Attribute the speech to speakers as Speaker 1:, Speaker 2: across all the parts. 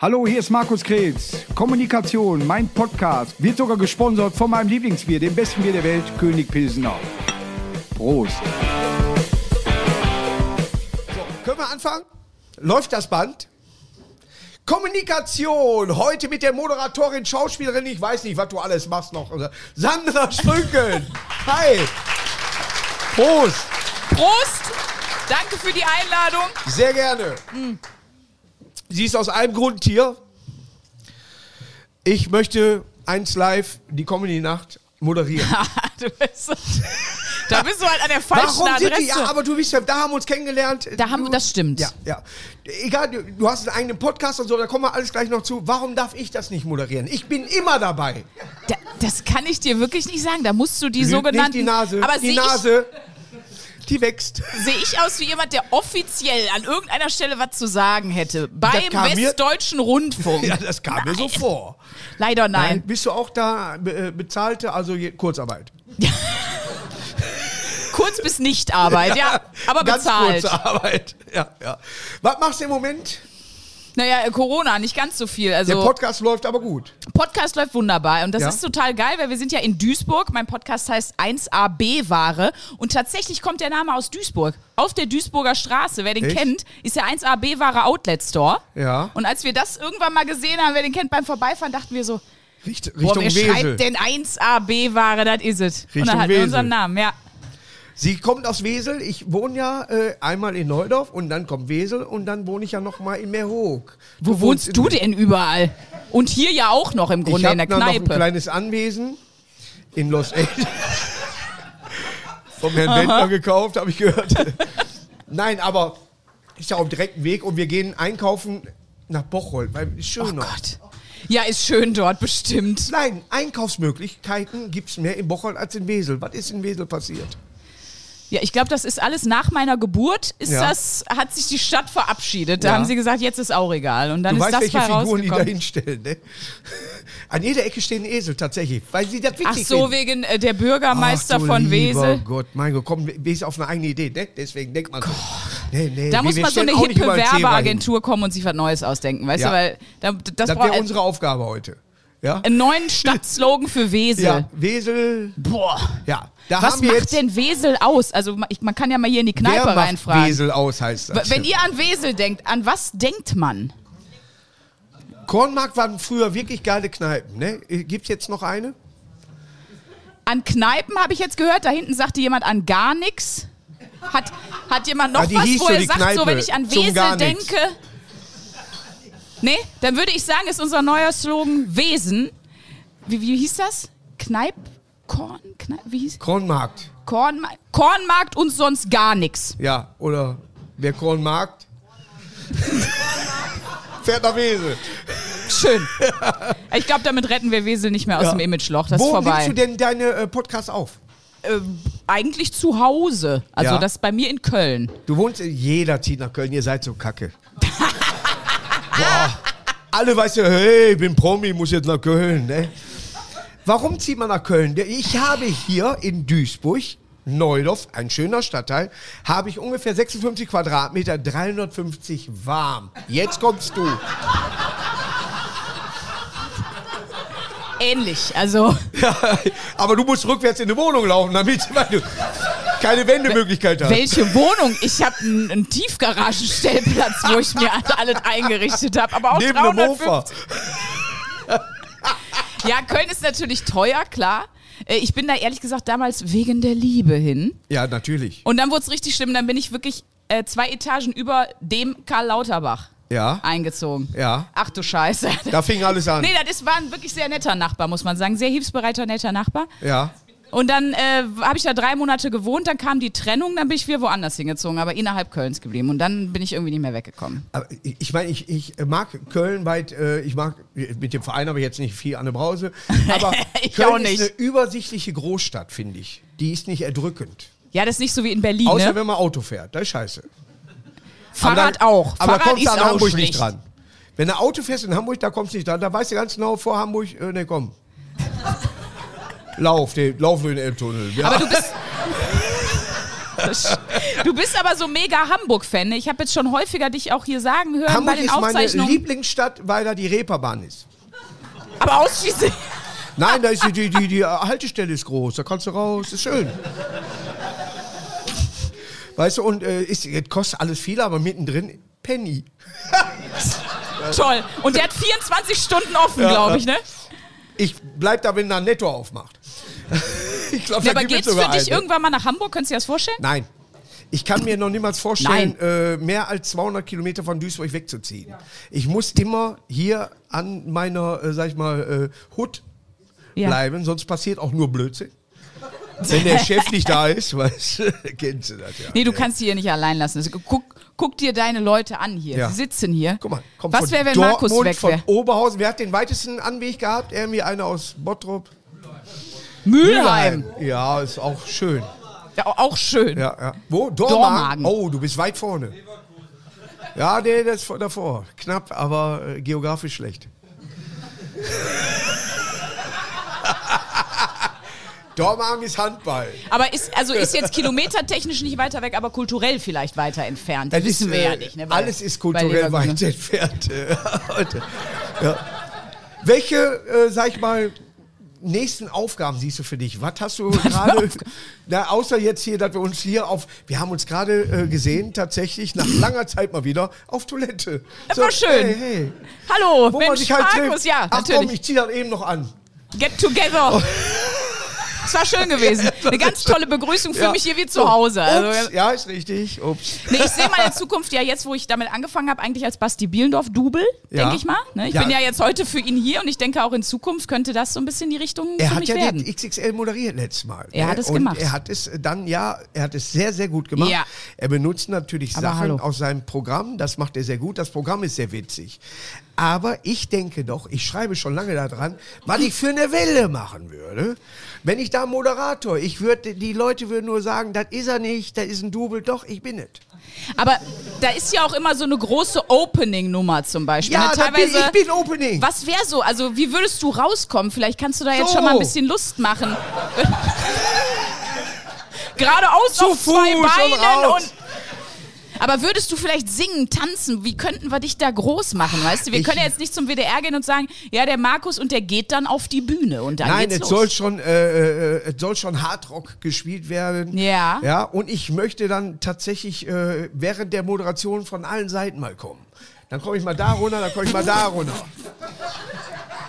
Speaker 1: Hallo, hier ist Markus Kretz. Kommunikation, mein Podcast, wird sogar gesponsert von meinem Lieblingsbier, dem besten Bier der Welt, König Pilsener. Prost.
Speaker 2: So, können wir anfangen? Läuft das Band? Kommunikation, heute mit der Moderatorin, Schauspielerin, ich weiß nicht, was du alles machst noch. Sandra Strünken. Hi. Prost.
Speaker 3: Prost! Danke für die Einladung. Hm.
Speaker 2: Sehr gerne. Sie ist aus einem Grund hier. Ich möchte eins live die Comedy-Nacht moderieren.
Speaker 3: du bist, da bist du halt an der falschen
Speaker 2: Warum sind
Speaker 3: Adresse.
Speaker 2: die? Ja, aber du bist ja, da haben wir uns kennengelernt.
Speaker 3: da haben, das stimmt.
Speaker 2: Ja, ja. Egal, du, du hast einen eigenen Podcast und so, da kommen wir alles gleich noch zu. Warum darf ich das nicht moderieren? Ich bin immer dabei.
Speaker 3: Da, das kann ich dir wirklich nicht sagen. Da musst du die
Speaker 2: Lüg
Speaker 3: sogenannten.
Speaker 2: nicht die Nase.
Speaker 3: Aber
Speaker 2: die
Speaker 3: sehe
Speaker 2: Nase, die wächst.
Speaker 3: ich, seh ich aus wie jemand, der offiziell an irgendeiner Stelle was zu sagen hätte. Beim
Speaker 2: kam mir-
Speaker 3: Westdeutschen Rundfunk.
Speaker 2: Ja, das kam mir so vor.
Speaker 3: Leider nein.
Speaker 2: Bist du auch da äh, bezahlte, also je- Kurzarbeit?
Speaker 3: Kurz bis Nichtarbeit, ja. Aber
Speaker 2: Ganz
Speaker 3: bezahlt.
Speaker 2: kurze Arbeit. Ja, ja. Was machst du im Moment?
Speaker 3: Naja, äh, Corona, nicht ganz so viel. Also
Speaker 2: Der Podcast läuft aber gut.
Speaker 3: Podcast läuft wunderbar und das
Speaker 2: Ja.
Speaker 3: ist total geil, weil wir sind ja in Duisburg. Mein Podcast heißt 1AB Ware und tatsächlich kommt der Name aus Duisburg. Auf der Duisburger Straße, wer den
Speaker 2: Echt?
Speaker 3: kennt, ist der 1AB Ware Outlet Store.
Speaker 2: Ja.
Speaker 3: Und als wir das irgendwann mal gesehen haben, wer den kennt beim Vorbeifahren, dachten wir so,
Speaker 2: Richt,
Speaker 3: boah,
Speaker 2: Richtung
Speaker 3: wer
Speaker 2: Wesel.
Speaker 3: schreibt denn 1AB Ware, das is it. und
Speaker 2: Richtung
Speaker 3: dann hatten
Speaker 2: Wesel.
Speaker 3: wir unseren Namen, ja.
Speaker 2: Sie kommt aus Wesel. Ich wohne ja äh, einmal in Neudorf und dann kommt Wesel und dann wohne ich ja nochmal in Meerhoek.
Speaker 3: Wo wohnst du denn überall? Und hier ja auch noch im
Speaker 2: Ich
Speaker 3: Grunde
Speaker 2: habe
Speaker 3: in der
Speaker 2: noch ein
Speaker 3: Kneipe.
Speaker 2: kleines Anwesen in Los Angeles. Vom Herrn Wendler gekauft, habe ich gehört. Nein, aber ist ja auf dem direkten Weg und wir gehen einkaufen nach Bocholt, weil ist
Speaker 3: Oh
Speaker 2: schöner.
Speaker 3: Gott. Ja, ist schön dort, bestimmt.
Speaker 2: Nein, Einkaufsmöglichkeiten gibt es mehr in Bocholt als in Wesel. Was ist in Wesel passiert?
Speaker 3: Ja, ich glaube, das ist alles nach meiner Geburt. Ist
Speaker 2: Ja.
Speaker 3: das, hat sich die Stadt verabschiedet. Da
Speaker 2: Ja.
Speaker 3: haben sie gesagt, jetzt ist auch egal. Und dann
Speaker 2: Du
Speaker 3: ist
Speaker 2: weißt,
Speaker 3: das
Speaker 2: welche
Speaker 3: bei
Speaker 2: Figuren die da
Speaker 3: rausgekommen.
Speaker 2: hinstellen, ne? An jeder Ecke stehen Esel, tatsächlich. Weil sie das wichtig
Speaker 3: Ach so,
Speaker 2: finden.
Speaker 3: wegen äh, der
Speaker 2: Ach,
Speaker 3: Bürgermeister
Speaker 2: du
Speaker 3: von
Speaker 2: lieber
Speaker 3: Wesel.
Speaker 2: Gott, mein Gott, komm, wir sind auf eine eigene Idee, ne? Deswegen denkt man so. Nee, nee,
Speaker 3: Da
Speaker 2: wir-
Speaker 3: muss
Speaker 2: wir
Speaker 3: mal so
Speaker 2: stellen
Speaker 3: eine
Speaker 2: auch nicht
Speaker 3: hippe
Speaker 2: überall einen Zebra hin.
Speaker 3: Werbeagentur kommen und sich was Neues ausdenken, weißt
Speaker 2: Ja.
Speaker 3: du? Weil da, das,
Speaker 2: Das
Speaker 3: braucht
Speaker 2: wäre
Speaker 3: äh,
Speaker 2: unsere Aufgabe heute. Ja?
Speaker 3: einen neuen Stadtslogan für Wesel.
Speaker 2: ja, Wesel,
Speaker 3: Boah.
Speaker 2: ja. Da
Speaker 3: Was
Speaker 2: haben wir
Speaker 3: macht
Speaker 2: jetzt
Speaker 3: denn Wesel aus? Also ma- ich, man kann ja mal hier in die
Speaker 2: wer
Speaker 3: Kneipe
Speaker 2: macht
Speaker 3: reinfragen.
Speaker 2: Wesel aus heißt
Speaker 3: W-
Speaker 2: das.
Speaker 3: Wenn ihr an Wesel denkt, an was denkt man?
Speaker 2: Kornmarkt waren früher wirklich geile Kneipen, ne? Gibt's jetzt noch eine?
Speaker 3: An Kneipen habe ich jetzt gehört, da hinten sagte jemand an gar nichts. Hat, hat jemand noch
Speaker 2: Ja, Ah, die hieß
Speaker 3: was, wo
Speaker 2: so,
Speaker 3: er
Speaker 2: die
Speaker 3: sagt,
Speaker 2: Kneipe,
Speaker 3: so wenn ich an
Speaker 2: zum
Speaker 3: Wesel
Speaker 2: gar nix.
Speaker 3: denke? Nee, dann würde ich sagen, ist unser neuer Slogan Wesen. Wie, wie hieß das? Kneip, Korn, Kneip, wie hieß?
Speaker 2: Kornmarkt,
Speaker 3: Korn, Kornmarkt und sonst gar nichts.
Speaker 2: ja. Oder wer Kornmarkt? Fährt nach Wesel.
Speaker 3: Schön. Ich glaube, damit retten wir Wesel nicht mehr aus
Speaker 2: Ja.
Speaker 3: dem Imageloch. Das
Speaker 2: Wo
Speaker 3: ist
Speaker 2: nimmst
Speaker 3: vorbei.
Speaker 2: du denn deine äh, Podcasts auf?
Speaker 3: Ähm, eigentlich zu Hause. Also
Speaker 2: Ja.
Speaker 3: das bei mir in Köln.
Speaker 2: Du wohnst, jeder zieht nach Köln, ihr seid so kacke. Boah. Alle weißt ja, hey, ich bin Promi, muss jetzt nach Köln. Ne? Warum zieht man nach Köln? Ich habe hier in Duisburg, Neudorf, ein schöner Stadtteil, habe ich ungefähr 56 Quadratmeter, 350 warm. Jetzt kommst du.
Speaker 3: Ähnlich. Also.
Speaker 2: Aber du musst rückwärts in die Wohnung laufen, damit weil du keine Wendemöglichkeit hast.
Speaker 3: Welche Wohnung? Ich habe einen, einen Tiefgaragenstellplatz, wo ich mir alle- alles eingerichtet habe. Aber auch
Speaker 2: Neben dem
Speaker 3: 350.
Speaker 2: Mofa.
Speaker 3: Ja, Köln ist natürlich teuer, klar. Äh, Ich bin da ehrlich gesagt damals wegen der Liebe hin.
Speaker 2: Ja, natürlich.
Speaker 3: Und dann wurde es richtig schlimm. Dann bin ich wirklich äh, zwei Etagen über dem Karl Lauterbach
Speaker 2: Ja,
Speaker 3: eingezogen.
Speaker 2: ja.
Speaker 3: Ach du Scheiße.
Speaker 2: Da fing alles an.
Speaker 3: Nee, das ist, war ein wirklich sehr netter Nachbar, muss man sagen. Sehr hilfsbereiter, netter Nachbar.
Speaker 2: Ja.
Speaker 3: Und dann äh, habe ich da drei Monate gewohnt, dann kam die Trennung, dann bin ich wieder woanders hingezogen, aber innerhalb Kölns geblieben. Und dann bin ich irgendwie nicht mehr weggekommen.
Speaker 2: Aber ich ich meine, ich, ich mag Köln weit, äh, ich mag, mit dem Verein habe ich jetzt nicht viel an der Brause, aber
Speaker 3: Ich
Speaker 2: Köln
Speaker 3: auch
Speaker 2: ist
Speaker 3: nicht.
Speaker 2: eine übersichtliche Großstadt, finde ich. Die ist nicht erdrückend.
Speaker 3: Ja, das ist nicht so wie in Berlin,
Speaker 2: Außer
Speaker 3: ne?
Speaker 2: wenn man Auto fährt, da ist scheiße. Aber
Speaker 3: Fahrrad
Speaker 2: da-
Speaker 3: auch.
Speaker 2: Aber da
Speaker 3: Fahrrad
Speaker 2: kommst du
Speaker 3: ist
Speaker 2: an
Speaker 3: auch
Speaker 2: Hamburg
Speaker 3: schlecht.
Speaker 2: nicht dran. Wenn du Auto fährst in Hamburg, da kommst du nicht dran. Da weißt du ganz genau, vor Hamburg, äh, ne komm. Lauf, den, lauf in den Elbtunnel. Ja.
Speaker 3: Aber du bist, Das- Du bist aber so mega Hamburg-Fan. ne? Ich habe jetzt schon häufiger dich auch hier sagen hören bei
Speaker 2: Hamburg
Speaker 3: den
Speaker 2: ist meine
Speaker 3: Aufzeichnungen.
Speaker 2: Lieblingsstadt, weil da die Reeperbahn ist.
Speaker 3: aber ausschließlich.
Speaker 2: Nein, da ist die, die, die, die Haltestelle ist groß, da kannst du raus, ist schön. Weißt du, und äh, ist, jetzt kostet alles viel, aber mittendrin Penny.
Speaker 3: Toll. Und der hat 24 Stunden offen, glaube ich, ne?
Speaker 2: Ich bleib da, wenn da Netto aufmacht. Ich glaube,
Speaker 3: Ja,
Speaker 2: da
Speaker 3: aber
Speaker 2: gibt es
Speaker 3: geht's für
Speaker 2: sogar ne?
Speaker 3: dich
Speaker 2: eine.
Speaker 3: irgendwann mal nach Hamburg? Könntest du dir das vorstellen?
Speaker 2: Nein. Ich kann mir noch niemals vorstellen, äh, mehr als 200 Kilometer von Duisburg wegzuziehen. Ich muss immer hier an meiner, äh, sag ich mal, äh, Hut bleiben, sonst passiert auch nur Blödsinn. Wenn der Chef nicht da ist, weißt du, kennst du das ja.
Speaker 3: Nee, du kannst die hier nicht allein lassen. Also, Guck, guck dir deine Leute an hier.
Speaker 2: Ja.
Speaker 3: Sie sitzen hier.
Speaker 2: Guck mal, kommt
Speaker 3: Was
Speaker 2: von
Speaker 3: wäre, wenn
Speaker 2: Dortmund,
Speaker 3: Markus weg
Speaker 2: von
Speaker 3: wäre?
Speaker 2: Oberhausen. Wer hat den weitesten Anweg gehabt? Irgendwie einer aus Bottrop.
Speaker 3: Mülheim.
Speaker 2: Ja, ist auch schön.
Speaker 3: Ja, auch schön.
Speaker 2: Ja, ja. Wo?
Speaker 3: Dormagen.
Speaker 2: Dormagen. Oh, du bist weit vorne. Ja, nee, das ist vor- davor. Knapp, aber äh, geografisch schlecht. Dormagen ist Handball.
Speaker 3: Aber ist, also ist jetzt kilometertechnisch nicht weiter weg, aber kulturell vielleicht weiter entfernt.
Speaker 2: Das
Speaker 3: wissen
Speaker 2: ist,
Speaker 3: wir
Speaker 2: äh,
Speaker 3: ja nicht. Ne? Bei-
Speaker 2: alles ist
Speaker 3: bei
Speaker 2: kulturell
Speaker 3: Leverkusen.
Speaker 2: weit entfernt. äh, heute. ja. Welche, äh, sag ich mal, nächsten Aufgaben siehst du für dich? Was hast du gerade, Na, außer jetzt hier, dass wir uns hier auf, wir haben uns gerade äh, gesehen, tatsächlich nach langer Zeit mal wieder auf Toilette.
Speaker 3: Das war schön.
Speaker 2: Hey, hey.
Speaker 3: Hallo,
Speaker 2: Wo man
Speaker 3: Mensch,
Speaker 2: sich halt
Speaker 3: Markus,
Speaker 2: trifft.
Speaker 3: ja,
Speaker 2: Ach
Speaker 3: natürlich.
Speaker 2: komm, Oh. ich zieh das eben noch an.
Speaker 3: Get together. Es war schön gewesen. Eine ganz tolle Begrüßung für
Speaker 2: Ja. Oh,
Speaker 3: mich hier wie zu Hause. Also, äh,
Speaker 2: Ups, ja, ist richtig. Ups.
Speaker 3: nee, ich sehe meine Zukunft ja jetzt, wo ich damit angefangen habe, eigentlich als Basti Bielendorf-Double,
Speaker 2: Ja.
Speaker 3: denke ich mal. Ne? Ich
Speaker 2: Ja.
Speaker 3: bin ja jetzt heute für ihn hier und ich denke auch in Zukunft könnte das so ein bisschen die Richtung
Speaker 2: Er
Speaker 3: für
Speaker 2: hat
Speaker 3: mich
Speaker 2: ja
Speaker 3: werden.
Speaker 2: den XXL moderiert letztes Mal.
Speaker 3: Er
Speaker 2: ne?
Speaker 3: hat es
Speaker 2: und
Speaker 3: gemacht.
Speaker 2: Er hat es äh, dann ja, er hat es sehr, sehr gut gemacht.
Speaker 3: Ja.
Speaker 2: Er benutzt natürlich
Speaker 3: Aber
Speaker 2: Sachen
Speaker 3: hallo.
Speaker 2: aus seinem Programm. Das macht er sehr gut. Das Programm ist sehr witzig. Aber ich denke doch, ich schreibe schon lange daran, was ich für eine Welle machen würde. Wenn ich da Moderator, ich würde, die Leute würden nur sagen, das ist er nicht, das ist ein Double, doch, ich bin es.
Speaker 3: Aber da ist ja auch immer so eine große Opening-Nummer zum Beispiel.
Speaker 2: Ja,
Speaker 3: ne?
Speaker 2: das bin, ich bin Opening.
Speaker 3: was wäre so? Also wie würdest du rauskommen? Vielleicht kannst du da jetzt
Speaker 2: So.
Speaker 3: schon mal ein bisschen Lust machen. Geradeaus auf zwei
Speaker 2: Fuß und
Speaker 3: Beinen
Speaker 2: raus.
Speaker 3: und aber würdest du vielleicht singen, tanzen? Wie könnten wir dich da groß machen, weißt du? Wir
Speaker 2: Ich-
Speaker 3: können ja jetzt nicht zum WDR gehen und sagen, ja, der Markus und der geht dann auf die Bühne und dann
Speaker 2: Nein,
Speaker 3: geht's
Speaker 2: es
Speaker 3: los.
Speaker 2: soll schon, äh, äh, es soll schon Hardrock gespielt werden.
Speaker 3: Ja.
Speaker 2: Ja. Und ich möchte dann tatsächlich äh, während der Moderation von allen Seiten mal kommen. Dann komme ich mal da runter, dann komme ich mal da runter.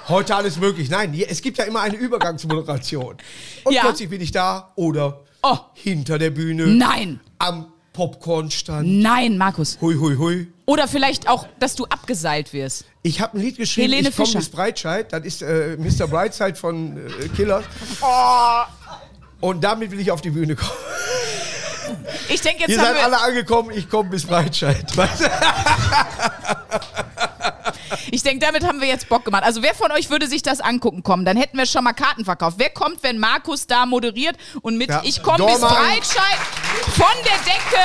Speaker 2: Heute alles möglich. Nein, hier- es gibt ja immer eine Übergangsmoderation. Und
Speaker 3: Ja.
Speaker 2: plötzlich bin ich da oder
Speaker 3: Oh.
Speaker 2: hinter der Bühne,
Speaker 3: Nein,
Speaker 2: am Popcornstand.
Speaker 3: nein, Markus.
Speaker 2: Hui, hui, hui.
Speaker 3: Oder vielleicht auch, dass du abgeseilt wirst.
Speaker 2: Ich habe ein Lied geschrieben,
Speaker 3: Helene
Speaker 2: ich komme
Speaker 3: Fischer.
Speaker 2: bis Breitscheid. Das ist äh, Mr. Brightside von äh, Killers. Oh. Und damit will ich auf die Bühne kommen.
Speaker 3: Ich denke, jetzt
Speaker 2: Ihr
Speaker 3: haben
Speaker 2: seid
Speaker 3: wir
Speaker 2: alle angekommen, ich komme bis Breitscheid. Weißt du?
Speaker 3: Ich denke, damit haben wir jetzt Bock gemacht. Also wer von euch würde sich das angucken kommen? Dann hätten wir schon mal Karten verkauft. Wer kommt, wenn Markus da moderiert und mit
Speaker 2: Ja,
Speaker 3: Ich komme bis
Speaker 2: Dormagen.
Speaker 3: Breitscheid von der Decke.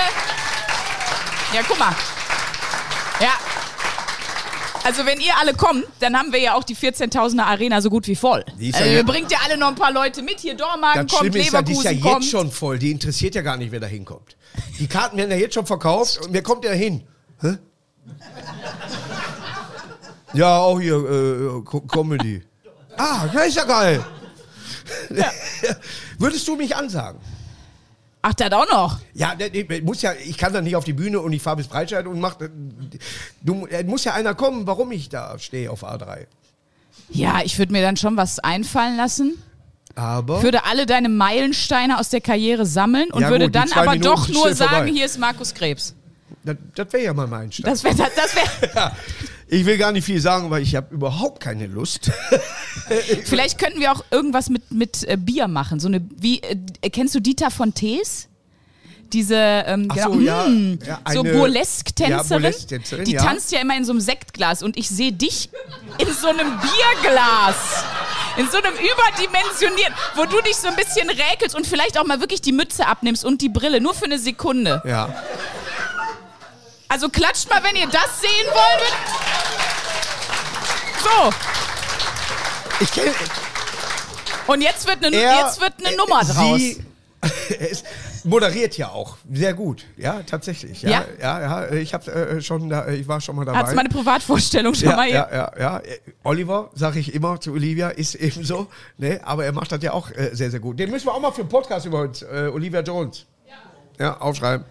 Speaker 3: Ja, guck mal. Ja. Also wenn ihr alle kommt, dann haben wir ja auch die 14.000er Arena so gut wie voll.
Speaker 2: Die ist ja
Speaker 3: Also,
Speaker 2: ja-
Speaker 3: ihr bringt ja alle noch ein paar Leute mit. Hier Dormagen
Speaker 2: Das
Speaker 3: kommt,
Speaker 2: Schlimme ist ja, die ist ja jetzt
Speaker 3: Leverkusen kommt.
Speaker 2: schon voll. Die interessiert ja gar nicht, wer da hinkommt. Die Karten werden ja jetzt schon verkauft. Und wer kommt denn da hin? Hä? Ja, auch hier äh, Co- Comedy. Ah, das ist ja geil. Würdest du mich ansagen?
Speaker 3: Ach, das auch noch.
Speaker 2: Ja, der- der muss ja, ich kann da nicht auf die Bühne und ich fahre bis Breitscheid und mach. Du, da muss ja einer kommen, warum ich da stehe auf A3.
Speaker 3: Ja, ich würde mir dann schon was einfallen lassen.
Speaker 2: Aber.
Speaker 3: würde alle deine Meilensteine aus der Karriere sammeln und
Speaker 2: Ja,
Speaker 3: würde
Speaker 2: gut, die
Speaker 3: dann
Speaker 2: zwei
Speaker 3: aber
Speaker 2: Minuten
Speaker 3: doch
Speaker 2: sind
Speaker 3: nur
Speaker 2: schnell
Speaker 3: sagen,
Speaker 2: vorbei.
Speaker 3: hier ist Markus Krebs.
Speaker 2: das das wäre ja mal mein Stand.
Speaker 3: Das wäre das, das wär,
Speaker 2: Ich will gar nicht viel sagen, weil ich habe überhaupt keine Lust.
Speaker 3: vielleicht könnten wir auch irgendwas mit mit äh, Bier machen, so eine wie äh, kennst du Dieter von Tees? Diese ähm,
Speaker 2: Ach so,
Speaker 3: genau,
Speaker 2: ja,
Speaker 3: mm,
Speaker 2: ja,
Speaker 3: so
Speaker 2: eine-
Speaker 3: Burlesque-Tänzerin,
Speaker 2: ja, Burlesque-Tänzerin,
Speaker 3: die
Speaker 2: ja.
Speaker 3: tanzt ja immer in so einem Sektglas und ich sehe dich in so einem Bierglas. In so einem überdimensionierten, wo du dich so ein bisschen räkelst und vielleicht auch mal wirklich die Mütze abnimmst und die Brille, nur für eine Sekunde.
Speaker 2: ja.
Speaker 3: Also klatscht mal, wenn ihr das sehen wollt. So,
Speaker 2: Ich kenn,
Speaker 3: und Äh, jetzt wird eine,
Speaker 2: er, äh,
Speaker 3: jetzt wird eine Nummer draus.
Speaker 2: Sie, es, Moderiert ja auch. Sehr gut. Ja, tatsächlich. Ja,
Speaker 3: Ja?
Speaker 2: ja. ja, ich, hab, äh, schon da, ich war schon mal dabei.
Speaker 3: Hat's meine Privatvorstellung schon
Speaker 2: ja,
Speaker 3: mal.
Speaker 2: ja, ja, ja. Äh, Oliver, sage ich immer zu Olivia, ist eben so. Ne? Aber er macht das ja auch äh, sehr, sehr gut. Den müssen wir auch mal für einen Podcast über uns. Äh, Olivia Jones. Ja. ja, aufschreiben.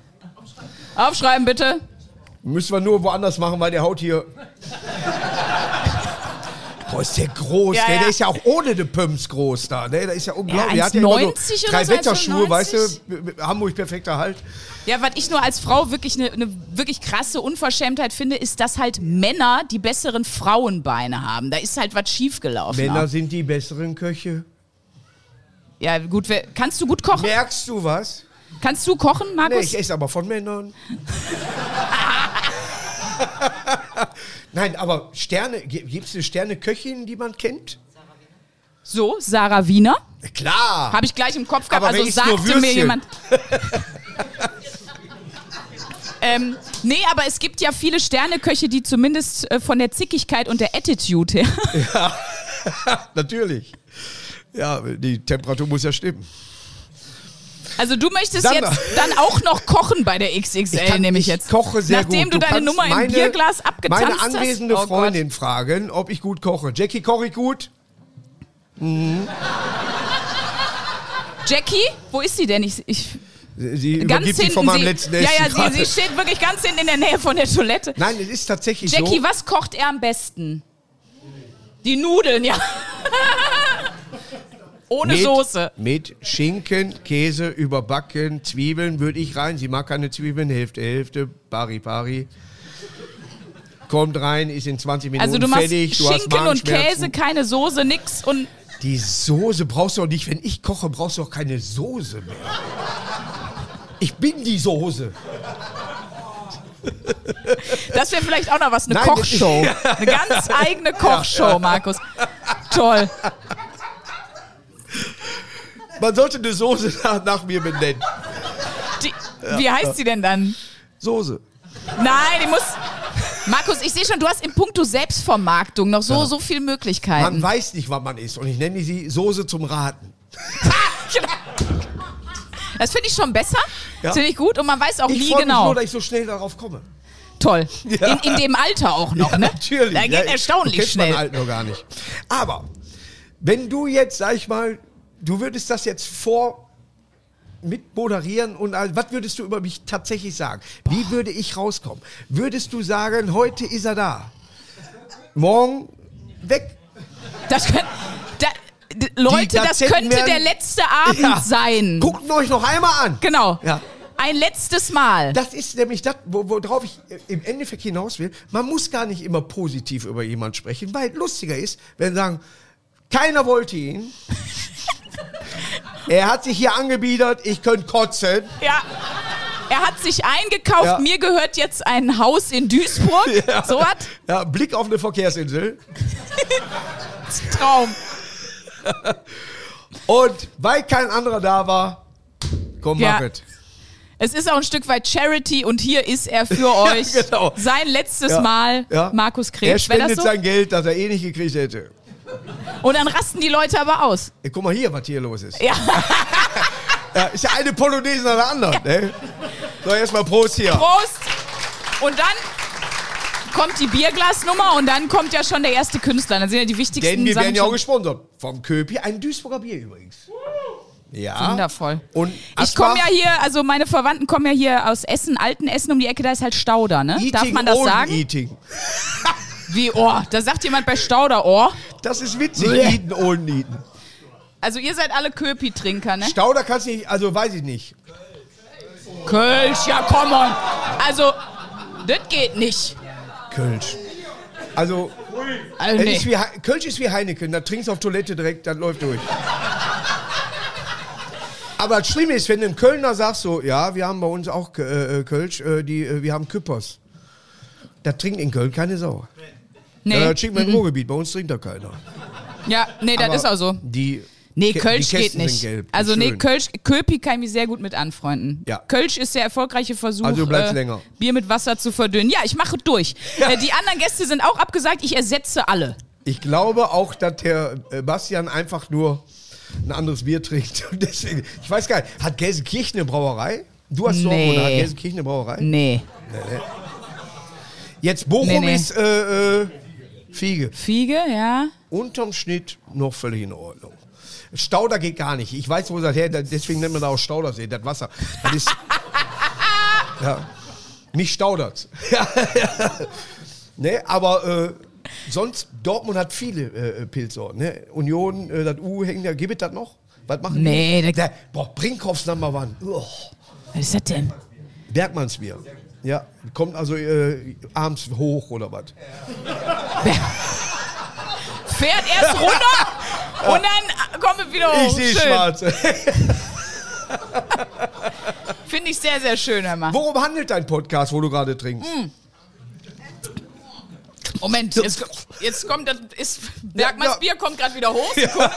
Speaker 3: Aufschreiben bitte.
Speaker 2: Müssen wir nur woanders machen, weil der haut hier. Boah, ist der groß.
Speaker 3: Ja,
Speaker 2: ne?
Speaker 3: ja.
Speaker 2: Der ist ja auch ohne die Pumps groß da. Ne? Der ist ja unglaublich.
Speaker 3: Ja,
Speaker 2: Der hat ja immer
Speaker 3: 1,90
Speaker 2: so
Speaker 3: oder
Speaker 2: drei
Speaker 3: so, also
Speaker 2: Wetterschuhe, weißt
Speaker 3: 1,90?
Speaker 2: du? B- b- Hamburg perfekter Halt.
Speaker 3: Ja, was ich nur als Frau wirklich eine eine wirklich krasse Unverschämtheit finde, ist, dass halt Männer die besseren Frauenbeine haben. Da ist halt was schiefgelaufen.
Speaker 2: Männer sind die besseren Köche.
Speaker 3: Ja, gut. Wer, kannst du gut kochen?
Speaker 2: Merkst du was?
Speaker 3: Kannst du kochen,
Speaker 2: Nee,
Speaker 3: Markus?
Speaker 2: ich esse aber von Männern. Nein, aber Sterne, gibt es eine Sterneköchin, die man kennt?
Speaker 3: so, Sarah Wiener.
Speaker 2: Klar.
Speaker 3: Habe ich gleich im Kopf gehabt.
Speaker 2: Aber
Speaker 3: also
Speaker 2: wenigstens nur
Speaker 3: sagte mir
Speaker 2: Würstchen.
Speaker 3: jemand. ähm, nee, aber es gibt ja viele Sterneköche, die zumindest äh, von der Zickigkeit und der Attitude her.
Speaker 2: Natürlich. Ja, die Temperatur muss ja stimmen.
Speaker 3: Also du möchtest
Speaker 2: Sandra.
Speaker 3: jetzt dann auch noch kochen bei der XXL,
Speaker 2: Ich kann-
Speaker 3: nehme ich
Speaker 2: ich
Speaker 3: jetzt.
Speaker 2: koche sehr
Speaker 3: Nachdem
Speaker 2: gut.
Speaker 3: du
Speaker 2: kannst
Speaker 3: deine Nummer im Bierglas abgetanzt
Speaker 2: Meine anwesende
Speaker 3: hast. Oh Gott.
Speaker 2: Freundin fragen, ob ich gut koche. Jackie, koche ich gut?
Speaker 3: Jackie, wo ist sie denn? Ich, ich
Speaker 2: Sie
Speaker 3: ganz
Speaker 2: übergibt
Speaker 3: hinten.
Speaker 2: die von meinem
Speaker 3: sie,
Speaker 2: letzten
Speaker 3: ja, ja,
Speaker 2: Essen gerade.
Speaker 3: sie, sie steht wirklich ganz hinten in der Nähe von der Toilette.
Speaker 2: Nein, es ist tatsächlich
Speaker 3: Jackie,
Speaker 2: so.
Speaker 3: was kocht er am besten? Die Nudeln, ja. Ohne Soße.
Speaker 2: Mit Schinken, Käse, überbacken, Zwiebeln würde ich rein. Sie mag keine Zwiebeln, Hälfte, Hälfte, pari, pari. Kommt rein, ist in 20 Minuten
Speaker 3: Also du machst
Speaker 2: fertig. Du hast
Speaker 3: Schinken und
Speaker 2: Magenschmerzen.
Speaker 3: Käse, keine Soße, nix und
Speaker 2: Die Soße brauchst du auch nicht. Wenn ich koche, brauchst du auch keine Soße mehr. Ich bin die Soße.
Speaker 3: das wäre vielleicht auch noch was, eine
Speaker 2: Nein, das ist-
Speaker 3: Kochshow. Eine ganz eigene Kochshow, Markus. Toll.
Speaker 2: Man sollte eine Soße nach, nach mir benennen.
Speaker 3: Die, wie heißt sie denn dann?
Speaker 2: Soße.
Speaker 3: Nein, die muss. Markus, ich sehe schon, du hast im Punkto Selbstvermarktung noch so, so viel
Speaker 2: Man
Speaker 3: Möglichkeiten.
Speaker 2: weiß nicht, was man isst. Und ich nenne sie Soße zum Raten.
Speaker 3: Das finde ich schon besser.
Speaker 2: Ja.
Speaker 3: Finde ich gut. Und man weiß auch
Speaker 2: Ich
Speaker 3: nie
Speaker 2: freue mich
Speaker 3: genau.
Speaker 2: nur, dass ich so schnell darauf komme.
Speaker 3: Toll. In, in dem Alter auch noch, ne?
Speaker 2: Natürlich.
Speaker 3: Da geht
Speaker 2: ja,
Speaker 3: erstaunlich
Speaker 2: du kennst
Speaker 3: schnell.
Speaker 2: Man halt nur gar nicht. Aber wenn du jetzt, sag ich mal, du würdest das jetzt vor mit moderieren und all, was würdest du über mich tatsächlich sagen? Wie würde ich rauskommen? Würdest du sagen, heute ist er da, morgen weg?
Speaker 3: Das könnt, da, d- Leute, das
Speaker 2: Gazetten
Speaker 3: könnte
Speaker 2: werden-
Speaker 3: der letzte Abend
Speaker 2: Ja.
Speaker 3: sein.
Speaker 2: Guckt ihn euch noch einmal an.
Speaker 3: Genau.
Speaker 2: Ja.
Speaker 3: Ein letztes Mal.
Speaker 2: Das ist nämlich das, wo- worauf ich äh, im Endeffekt hinaus will. Man muss gar nicht immer positiv über jemanden sprechen, weil lustiger ist, wenn sie sagen, keiner wollte ihn. er hat sich hier angebiedert, ich könnte kotzen.
Speaker 3: ja. Er hat sich eingekauft,
Speaker 2: Ja.
Speaker 3: mir gehört jetzt ein Haus in Duisburg. So was?
Speaker 2: Ja, Blick auf eine Verkehrsinsel.
Speaker 3: Traum.
Speaker 2: Und weil kein anderer da war, komm,
Speaker 3: Ja.
Speaker 2: mach es.
Speaker 3: Es ist auch ein Stück weit Charity und hier ist er für euch.
Speaker 2: genau.
Speaker 3: Sein letztes
Speaker 2: Ja.
Speaker 3: Mal,
Speaker 2: Ja.
Speaker 3: Markus
Speaker 2: Er
Speaker 3: Krebs. Wär
Speaker 2: spendet
Speaker 3: das so?
Speaker 2: sein Geld, das er eh nicht gekriegt hätte.
Speaker 3: Und dann rasten die Leute aber aus.
Speaker 2: Ey, guck mal hier, was hier los ist.
Speaker 3: Ja.
Speaker 2: Ja, ist ja eine Polonaise nach der anderen. Ne? So, erstmal Prost hier.
Speaker 3: Prost! Und dann kommt die Bierglasnummer und dann kommt ja schon der erste Künstler. Dann sind ja die wichtigsten
Speaker 2: Denn wir
Speaker 3: Sachen
Speaker 2: werden ja auch
Speaker 3: schon-
Speaker 2: gesponsert. Vom Köpi, ein Duisburger Bier übrigens. Ja.
Speaker 3: Wundervoll.
Speaker 2: Und
Speaker 3: Ich komme ja hier, also meine Verwandten kommen ja hier aus Essen, alten Essen um die Ecke, da ist halt Stauder, ne?
Speaker 2: Eating
Speaker 3: Darf man das
Speaker 2: ohne
Speaker 3: sagen?
Speaker 2: Eating.
Speaker 3: Wie, oh, da sagt jemand bei Stauder, oh.
Speaker 2: Das ist witzig,
Speaker 3: Bleh.
Speaker 2: Eaten ohne Eaten.
Speaker 3: Also ihr seid alle Köpi-Trinker, ne?
Speaker 2: Stauder kannst du nicht, also weiß ich nicht.
Speaker 3: Kölsch, ja komm on. Also, das geht nicht.
Speaker 2: Kölsch. Also,
Speaker 3: Also,
Speaker 2: es ist
Speaker 3: nee.
Speaker 2: wie, He- Kölsch ist wie Heineken, da trinkst du auf Toilette direkt, dann läuft durch. Aber das Schlimme ist, wenn du einem Kölner sagst, so, ja, wir haben bei uns auch äh, äh, Kölsch, äh, die, äh, wir haben Küppers. Da trinkt in Köln keine Sau.
Speaker 3: Nee, Mhm.
Speaker 2: Ja,
Speaker 3: ja,
Speaker 2: das schickt man im Ruhrgebiet, bei uns trinkt da keiner.
Speaker 3: nee das
Speaker 2: Aber
Speaker 3: ist auch so.
Speaker 2: Die
Speaker 3: Nee,
Speaker 2: Ke-
Speaker 3: Kölsch
Speaker 2: die
Speaker 3: geht
Speaker 2: Kästen
Speaker 3: nicht.
Speaker 2: Sind gelb.
Speaker 3: Also, nee,
Speaker 2: Schön.
Speaker 3: Kölsch, Köpi kann ich mich sehr gut mit anfreunden.
Speaker 2: Ja.
Speaker 3: Kölsch ist der erfolgreiche Versuch, äh,
Speaker 2: Also bleibt's länger.
Speaker 3: Bier mit Wasser zu verdünnen. Ja, ich mache durch. Äh, die anderen Gäste sind auch abgesagt, ich ersetze alle.
Speaker 2: Ich glaube auch, dass der äh, Bastian einfach nur ein anderes Bier trinkt. Und deswegen, ich weiß gar nicht, hat Gelsenkirchen eine Brauerei? Du hast
Speaker 3: Nee.
Speaker 2: Dortmund, hat Gelsenkirchen eine Brauerei?
Speaker 3: Nee.
Speaker 2: Jetzt Bochum
Speaker 3: Nee, nee.
Speaker 2: ist äh, äh, Fiege.
Speaker 3: Fiege, ja.
Speaker 2: Unterm Schnitt noch völlig in Ordnung. Stauder geht gar nicht. Ich weiß, wo das her, deswegen nennt man da auch Staudersee, das Wasser. Das ist, ja, mich staudert. ne, aber äh, sonst, Dortmund hat viele äh, Pilzsorten. Ne? Union, äh, das U hängt ja, gibt es das noch? Was machen
Speaker 3: Nee, Oh.
Speaker 2: die?
Speaker 3: da-
Speaker 2: Da, boah, Brinkhoffs Number One. Uah.
Speaker 3: Was ist das denn?
Speaker 2: Bergmannsbier. Ja, kommt also äh, abends hoch oder was?
Speaker 3: Fährt erst runter und dann äh, kommt es wieder hoch.
Speaker 2: ich sehe
Speaker 3: Oh, schön.
Speaker 2: schwarz.
Speaker 3: Finde ich sehr, sehr schön, hör mal.
Speaker 2: Worum handelt dein Podcast, wo du gerade trinkst?
Speaker 3: Hm. Moment, jetzt, jetzt kommt das ist Bergmanns
Speaker 2: ja.
Speaker 3: Bier kommt gerade wieder hoch. Sekunde.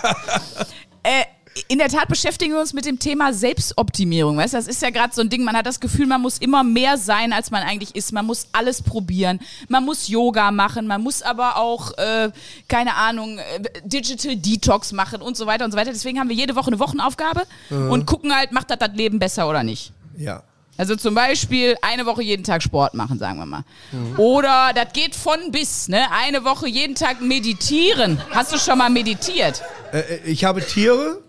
Speaker 3: Äh, in der Tat beschäftigen wir uns mit dem Thema Selbstoptimierung. Weißt? du? Das ist ja gerade so ein Ding. Man hat das Gefühl, man muss immer mehr sein, als man eigentlich ist. Man muss alles probieren. Man muss Yoga machen. Man muss aber auch, äh, keine Ahnung, äh, Digital Detox machen und so weiter und so weiter. Deswegen haben wir jede Woche eine Wochenaufgabe und gucken halt, macht das das Leben besser oder nicht.
Speaker 2: Ja.
Speaker 3: Also zum Beispiel eine Woche jeden Tag Sport machen, sagen wir mal. Oder das geht von bis, ne? Eine Woche jeden Tag meditieren. Hast du schon mal meditiert?
Speaker 2: Äh, ich habe Tiere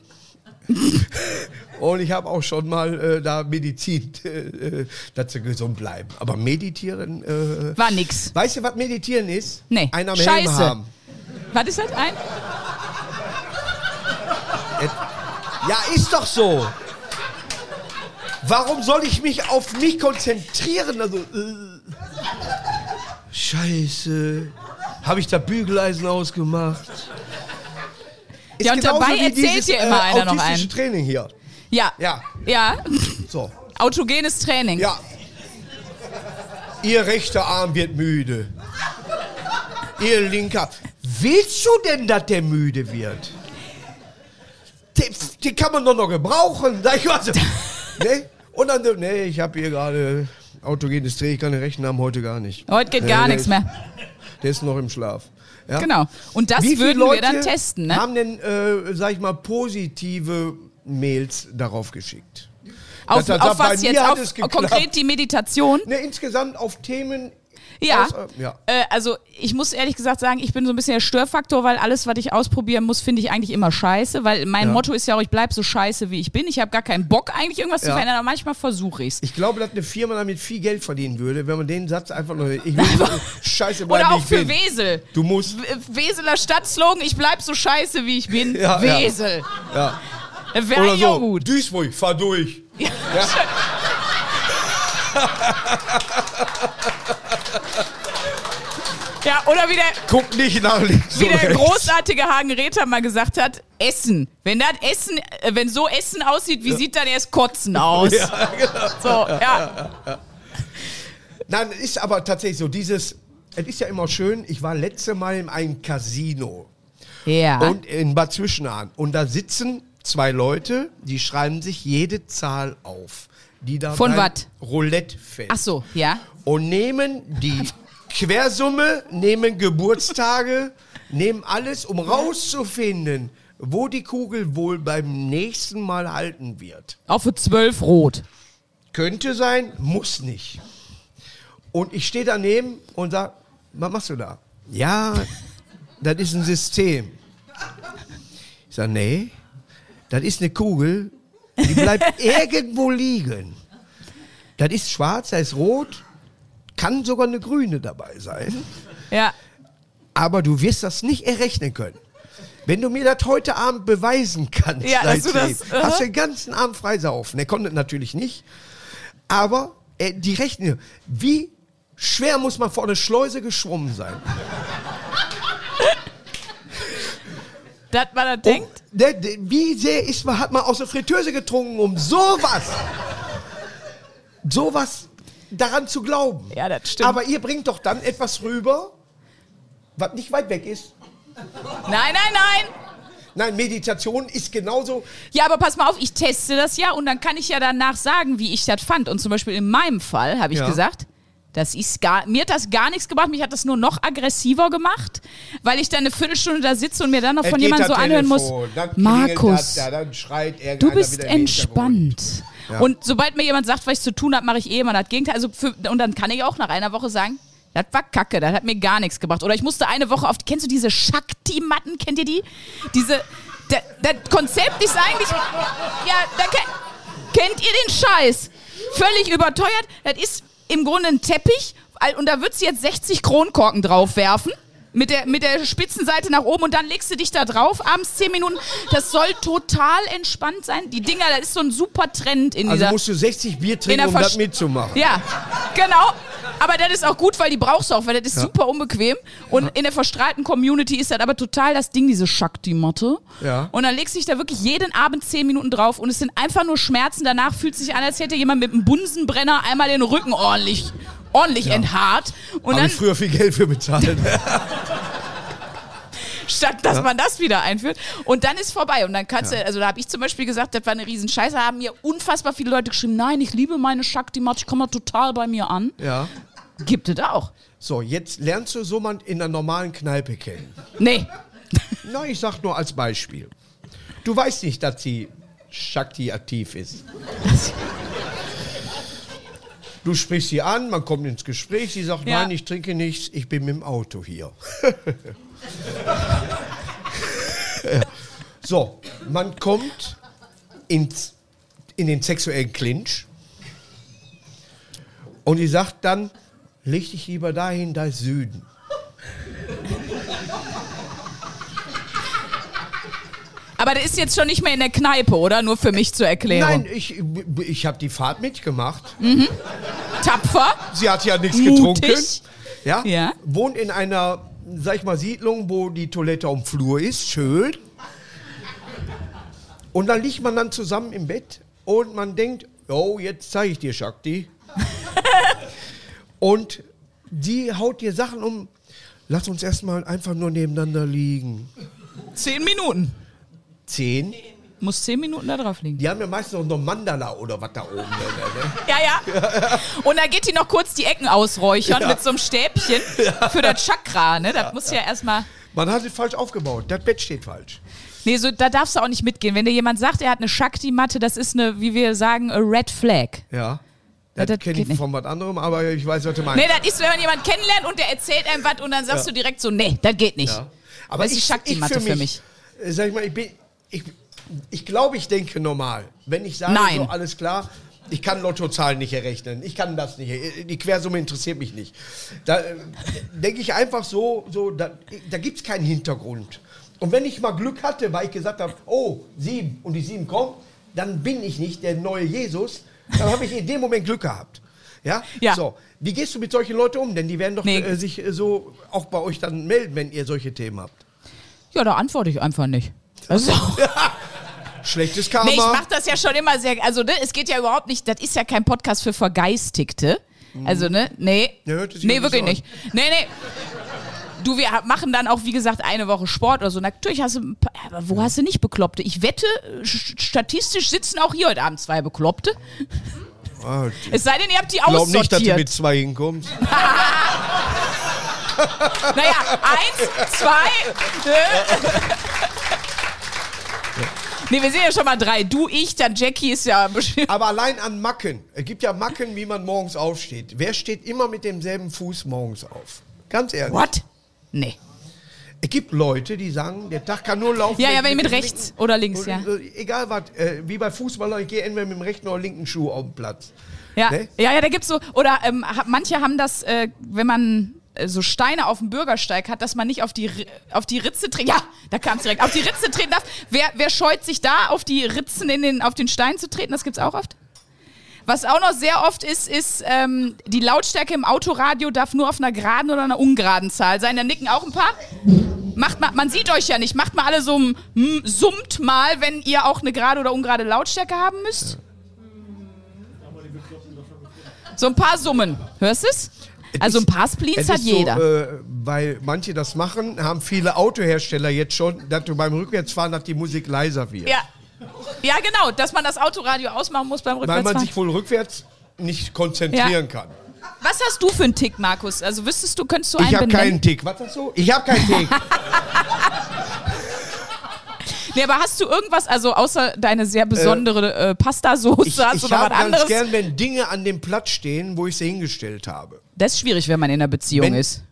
Speaker 2: und ich habe auch schon mal äh, da Medizin, äh, äh, dass sie gesund bleiben. Aber meditieren, äh,
Speaker 3: War nix.
Speaker 2: weißt du, was meditieren ist?
Speaker 3: Nee.
Speaker 2: Einen am Helm
Speaker 3: Scheiße.
Speaker 2: haben.
Speaker 3: Was ist das? Ein?
Speaker 2: Ja, ist doch so. Warum soll ich mich auf mich konzentrieren? Also, äh, Scheiße. Habe ich da Bügeleisen ausgemacht?
Speaker 3: Ja, und
Speaker 2: genauso
Speaker 3: dabei
Speaker 2: wie äh,
Speaker 3: erzählt dir immer einer noch
Speaker 2: autistische
Speaker 3: einen.
Speaker 2: Training hier.
Speaker 3: Ja.
Speaker 2: Ja.
Speaker 3: Ja.
Speaker 2: So.
Speaker 3: Autogenes Training.
Speaker 2: Ja. Ihr rechter Arm wird müde. Ihr linker. Willst du denn, dass der müde wird? Die, die kann man doch noch gebrauchen. Sag ich mal so. ne? Und dann, so, nee, ich habe hier gerade autogenes Dreh, ich kann den rechten Arm heute gar nicht.
Speaker 3: Heute geht
Speaker 2: Nee,
Speaker 3: gar
Speaker 2: der
Speaker 3: nichts
Speaker 2: ist-
Speaker 3: mehr.
Speaker 2: Der ist noch im Schlaf. Ja?
Speaker 3: Genau. Und das
Speaker 2: Wie viele
Speaker 3: würden
Speaker 2: Leute
Speaker 3: wir dann testen, ne?
Speaker 2: haben denn, äh, sag ich mal, positive Mails darauf geschickt?
Speaker 3: Auf,
Speaker 2: Das- das-
Speaker 3: auf
Speaker 2: bei
Speaker 3: was
Speaker 2: mir
Speaker 3: jetzt?
Speaker 2: hat
Speaker 3: Auf
Speaker 2: es geklappt.
Speaker 3: konkret die Meditation?
Speaker 2: Ne, insgesamt auf Themen.
Speaker 3: Ja.
Speaker 2: Aus, äh, ja.
Speaker 3: Äh, also ich muss ehrlich gesagt sagen, ich bin so ein bisschen der Störfaktor, weil alles, was ich ausprobieren muss, finde ich eigentlich immer scheiße, weil mein Motto ist ja auch, ich bleib so scheiße, wie ich bin. Ich habe gar keinen Bock eigentlich irgendwas zu
Speaker 2: Ja.
Speaker 3: verändern, aber manchmal versuche ich's.
Speaker 2: Ich glaube, dass eine Firma damit viel Geld verdienen würde, wenn man den Satz einfach nur. Ich will so scheiße bleiben,
Speaker 3: Also, Oder
Speaker 2: wie
Speaker 3: auch
Speaker 2: ich
Speaker 3: für
Speaker 2: bin.
Speaker 3: Wesel.
Speaker 2: Du musst.
Speaker 3: W- Weseler Stadtslogan, ich bleib so scheiße, wie ich bin.
Speaker 2: Ja, ja.
Speaker 3: Wesel.
Speaker 2: Ja.
Speaker 3: Wäre
Speaker 2: Oder
Speaker 3: ja
Speaker 2: so.
Speaker 3: gut.
Speaker 2: Duisburg, fahr durch.
Speaker 3: Ja. ja, oder wie der,
Speaker 2: Guck nicht nach links.
Speaker 3: wie
Speaker 2: und
Speaker 3: der
Speaker 2: rechts.
Speaker 3: großartige Hagen Räther mal gesagt hat, Essen. Wenn das Essen, äh, wenn so Essen aussieht, wie sieht dann erst Kotzen aus?
Speaker 2: Ja, genau.
Speaker 3: So, ja.
Speaker 2: Nein, es ist aber tatsächlich so, dieses. Es ist ja immer schön, ich war letzte Mal in einem Casino
Speaker 3: Ja.
Speaker 2: und in Bad Zwischenahn. Und da sitzen zwei Leute, die schreiben sich jede Zahl auf, die da
Speaker 3: Von
Speaker 2: beim
Speaker 3: wat?
Speaker 2: Roulette fällt.
Speaker 3: Ach so, ja.
Speaker 2: und nehmen die Quersumme, nehmen Geburtstage, nehmen alles, um rauszufinden, wo die Kugel wohl beim nächsten Mal halten wird.
Speaker 3: Auch für zwölf rot.
Speaker 2: Könnte sein, muss nicht. Und ich stehe daneben und sage, was machst du da? Ja, das ist ein System. Ich sage, nee, das ist eine Kugel, die bleibt irgendwo liegen. Das ist schwarz, das ist rot, kann sogar eine grüne dabei sein.
Speaker 3: Ja.
Speaker 2: Aber du wirst das nicht errechnen können. Wenn du mir das heute Abend beweisen kannst,
Speaker 3: Ja, dass du
Speaker 2: Leitzi,
Speaker 3: das- aha.
Speaker 2: hast du den ganzen Abend freisaufen. Er konnte natürlich nicht. Aber äh, die Rechnung, wie schwer muss man vor eine Schleuse geschwommen sein?
Speaker 3: Das man da
Speaker 2: Oh.
Speaker 3: denkt.
Speaker 2: Um Der- der- wie sehr ist man, hat man aus der Fritteuse getrunken, um sowas, sowas daran zu glauben.
Speaker 3: Ja, das stimmt.
Speaker 2: Aber ihr bringt doch dann etwas rüber, was nicht weit weg ist.
Speaker 3: Nein, nein, nein.
Speaker 2: Nein, Meditation ist genauso.
Speaker 3: Ja, aber pass mal auf, ich teste das ja und dann kann ich ja danach sagen, wie ich das fand. Und zum Beispiel in meinem Fall habe ich
Speaker 2: Ja.
Speaker 3: gesagt, Das ist gar, mir hat das gar nichts gebracht, mich hat das nur noch aggressiver gemacht, weil ich dann eine Viertelstunde da sitze und mir dann noch von
Speaker 2: geht
Speaker 3: jemandem so
Speaker 2: das
Speaker 3: anhören muss,
Speaker 2: Telefon, Äh, dann klingelt
Speaker 3: Markus,
Speaker 2: das Da, dann schreit
Speaker 3: du
Speaker 2: irgendeiner
Speaker 3: bist
Speaker 2: wieder im Hintergrund.
Speaker 3: entspannt. Und sobald mir jemand sagt, was ich zu tun habe, mache ich eh immer das Gegenteil. Also für, und dann kann ich auch nach einer Woche sagen, das war kacke, das hat mir gar nichts gebracht. Oder ich musste eine Woche auf, kennst du diese Shakti-Matten, kennt ihr die? Diese, da- das Konzept ist eigentlich, ja, da kennt, kennt ihr den Scheiß? Völlig überteuert, das ist im Grunde ein Teppich all- und da würdest du jetzt 60 Kronkorken draufwerfen. Mit der, mit der Spitzenseite nach oben und dann legst du dich da drauf, abends 10 Minuten. Das soll total entspannt sein. Die Dinger, das ist so ein super Trend in
Speaker 2: Also
Speaker 3: dieser.
Speaker 2: musst du 60 Bier
Speaker 3: In der
Speaker 2: trinken, um das
Speaker 3: Versch-
Speaker 2: mitzumachen.
Speaker 3: Ja, genau. Aber das ist auch gut, weil die brauchst du auch, weil das ist super unbequem. Und in der verstrahlten Community ist das aber total das Ding, diese Shakti-Matte.
Speaker 2: Ja.
Speaker 3: Und dann legst du dich da wirklich jeden Abend zehn Minuten drauf und es sind einfach nur Schmerzen. Danach fühlt es sich an, als hätte jemand mit einem Bunsenbrenner einmal den Rücken ordentlich, ordentlich enthaart. Und
Speaker 2: Habe
Speaker 3: dann,
Speaker 2: ich früher viel Geld für bezahlt.
Speaker 3: statt dass man das wieder einführt. Und dann ist vorbei. Und dann kannst du, also da habe ich zum Beispiel gesagt, das war eine Riesenscheiße, Da haben mir unfassbar viele Leute geschrieben, nein, ich liebe meine Shakti-Matte, ich komme total bei mir an.
Speaker 2: ja.
Speaker 3: Gibt es auch.
Speaker 2: So, jetzt lernst du so jemanden in einer normalen Kneipe kennen.
Speaker 3: Nee.
Speaker 2: Na, ich sag nur als Beispiel. Du weißt nicht, dass sie Shakti aktiv ist. Du sprichst sie an, man kommt ins Gespräch, sie sagt,
Speaker 3: Ja.
Speaker 2: nein, ich trinke nichts, ich bin mit dem Auto hier. so, man kommt ins, in den sexuellen Clinch und die sagt dann, leg dich lieber dahin, da ist Süden.
Speaker 3: Aber der ist jetzt schon nicht mehr in der Kneipe, oder? Nur für mich zur Erklärung.
Speaker 2: Nein, ich, ich habe die Fahrt mitgemacht.
Speaker 3: Tapfer.
Speaker 2: Sie hat ja nichts
Speaker 3: Mutig.
Speaker 2: getrunken. Ja?
Speaker 3: Ja.
Speaker 2: Wohnt in einer, sag ich mal, Siedlung, wo die Toilette am Flur ist. Schön. Und dann liegt man dann zusammen im Bett und man denkt, oh, jetzt zeige ich dir Shakti. und die haut dir Sachen um. Lass uns erstmal einfach nur nebeneinander liegen.
Speaker 3: Zehn Minuten.
Speaker 2: Zehn.
Speaker 3: Muss zehn Minuten da drauf liegen.
Speaker 2: Die haben ja meistens noch eine Mandala oder was da oben. Ne?
Speaker 3: Ja, ja. Und dann geht die noch kurz die Ecken ausräuchern mit so einem Stäbchen für das Chakra, ne? Das muss ja erstmal.
Speaker 2: Man hat es falsch aufgebaut. Das Bett steht falsch.
Speaker 3: Nee, so, da darfst du auch nicht mitgehen. Wenn dir jemand sagt, er hat eine Shakti-Matte, das ist eine, wie wir sagen, a Red Flag.
Speaker 2: Ja.
Speaker 3: Ja,
Speaker 2: Das
Speaker 3: das
Speaker 2: kenne
Speaker 3: geht
Speaker 2: ich von was anderem, aber ich weiß, was du meinst.
Speaker 3: Nee, das ist, wenn man jemanden kennenlernt und der erzählt einem was und dann sagst du direkt so, nee, das geht nicht.
Speaker 2: ja. Aber
Speaker 3: Das ist Shakti-Matte für
Speaker 2: äh, Sag ich mal, ich bin, ich, ich glaube, ich denke normal. Wenn ich sage,
Speaker 3: Nein.
Speaker 2: So, alles klar, ich kann Lottozahlen nicht errechnen, ich kann das nicht, äh, die Quersumme interessiert mich nicht. Da äh, denke ich einfach so, so da, da gibt es keinen Hintergrund. Und wenn ich mal Glück hatte, weil ich gesagt habe, oh, sieben und die sieben kommt, dann bin ich nicht der neue Jesus, dann habe ich in dem Moment Glück gehabt. Ja?
Speaker 3: Ja.
Speaker 2: So, wie gehst du mit solchen Leuten um? Denn die werden doch
Speaker 3: Nee.
Speaker 2: äh, sich äh, so auch bei euch dann melden, wenn ihr solche Themen habt.
Speaker 3: Ja, da antworte ich einfach nicht. Also, Das ist auch
Speaker 2: Schlechtes Karma.
Speaker 3: Nee, ich mach das ja schon immer sehr. Also, ne, es geht ja überhaupt nicht. Das ist ja kein Podcast für Vergeistigte. Also, ne? Nee.
Speaker 2: Mhm. Ja, hört sich
Speaker 3: nee,
Speaker 2: irgendwie
Speaker 3: wirklich
Speaker 2: so
Speaker 3: nicht. Nee, nee. Du, wir ha- machen dann auch, wie gesagt, eine Woche Sport oder so. Natürlich hast du. ein paar- Aber wo hast du nicht Bekloppte? Ich wette, sch- statistisch sitzen auch hier heute Abend zwei Bekloppte.
Speaker 2: Ah, ich
Speaker 3: Es sei denn, ihr habt die
Speaker 2: glaub nicht, dass du
Speaker 3: aussortiert.
Speaker 2: mit zwei hinkommst.
Speaker 3: naja, eins, zwei. ne? Nee, wir sind ja schon mal drei. Du, ich, dann Jackie ist ja bestimmt.
Speaker 2: Aber allein an Macken. Es gibt ja Macken, wie man morgens aufsteht. Wer steht immer mit demselben Fuß morgens auf? Ganz ehrlich.
Speaker 3: What? Nee.
Speaker 2: Es gibt Leute, die sagen, der Tag kann nur laufen.
Speaker 3: Ja, ja,
Speaker 2: ich
Speaker 3: wenn mit
Speaker 2: dem
Speaker 3: rechts
Speaker 2: linken-
Speaker 3: oder links, ja.
Speaker 2: äh, Egal was, äh, wie bei Fußballern, ich gehe entweder mit dem rechten oder linken Schuh auf den Platz.
Speaker 3: Ja,
Speaker 2: Ne?
Speaker 3: ja, ja, da gibt's so, oder ähm, ha- manche haben das, äh, wenn man äh, so Steine auf dem Bürgersteig hat, dass man nicht auf die, Ri- auf die Ritze treten, ja, da kam's direkt, auf die Ritze treten darf. Wer, wer scheut sich da, auf die Ritzen in den, auf den Stein zu treten? Das gibt's auch oft. Was auch noch sehr oft ist, ist, ähm, die Lautstärke im Autoradio darf nur auf einer geraden oder einer ungeraden Zahl sein. Da nicken auch ein paar. Macht mal, man sieht euch ja nicht, macht mal alle so ein mm, summt mal, wenn ihr auch eine gerade oder ungerade Lautstärke haben müsst. So ein paar Summen. Hörst du es? Also ein paar Spleens
Speaker 2: Es
Speaker 3: hat
Speaker 2: ist so,
Speaker 3: jeder.
Speaker 2: äh, weil manche das machen, haben viele Autohersteller jetzt schon, dass du beim Rückwärtsfahren, dass die Musik leiser wird.
Speaker 3: ja. ja, genau, dass man das Autoradio ausmachen muss beim
Speaker 2: weil man
Speaker 3: Rückwärtsfahren.
Speaker 2: sich wohl rückwärts nicht konzentrieren kann.
Speaker 3: Was hast du für einen Tick, Markus? Also wüsstest du, könntest du einen
Speaker 2: Ich habe
Speaker 3: benennen?
Speaker 2: keinen Tick. Was sagst du? Ich habe keinen Tick.
Speaker 3: Nee, aber hast du irgendwas, also außer deine sehr besondere äh, Pastasoße,
Speaker 2: Ich,
Speaker 3: hast du
Speaker 2: ich
Speaker 3: noch was
Speaker 2: habe ganz
Speaker 3: anderes?
Speaker 2: gern, wenn Dinge an dem Platz stehen, wo ich sie hingestellt habe.
Speaker 3: Das ist schwierig, wenn man in einer Beziehung
Speaker 2: Wenn-
Speaker 3: ist.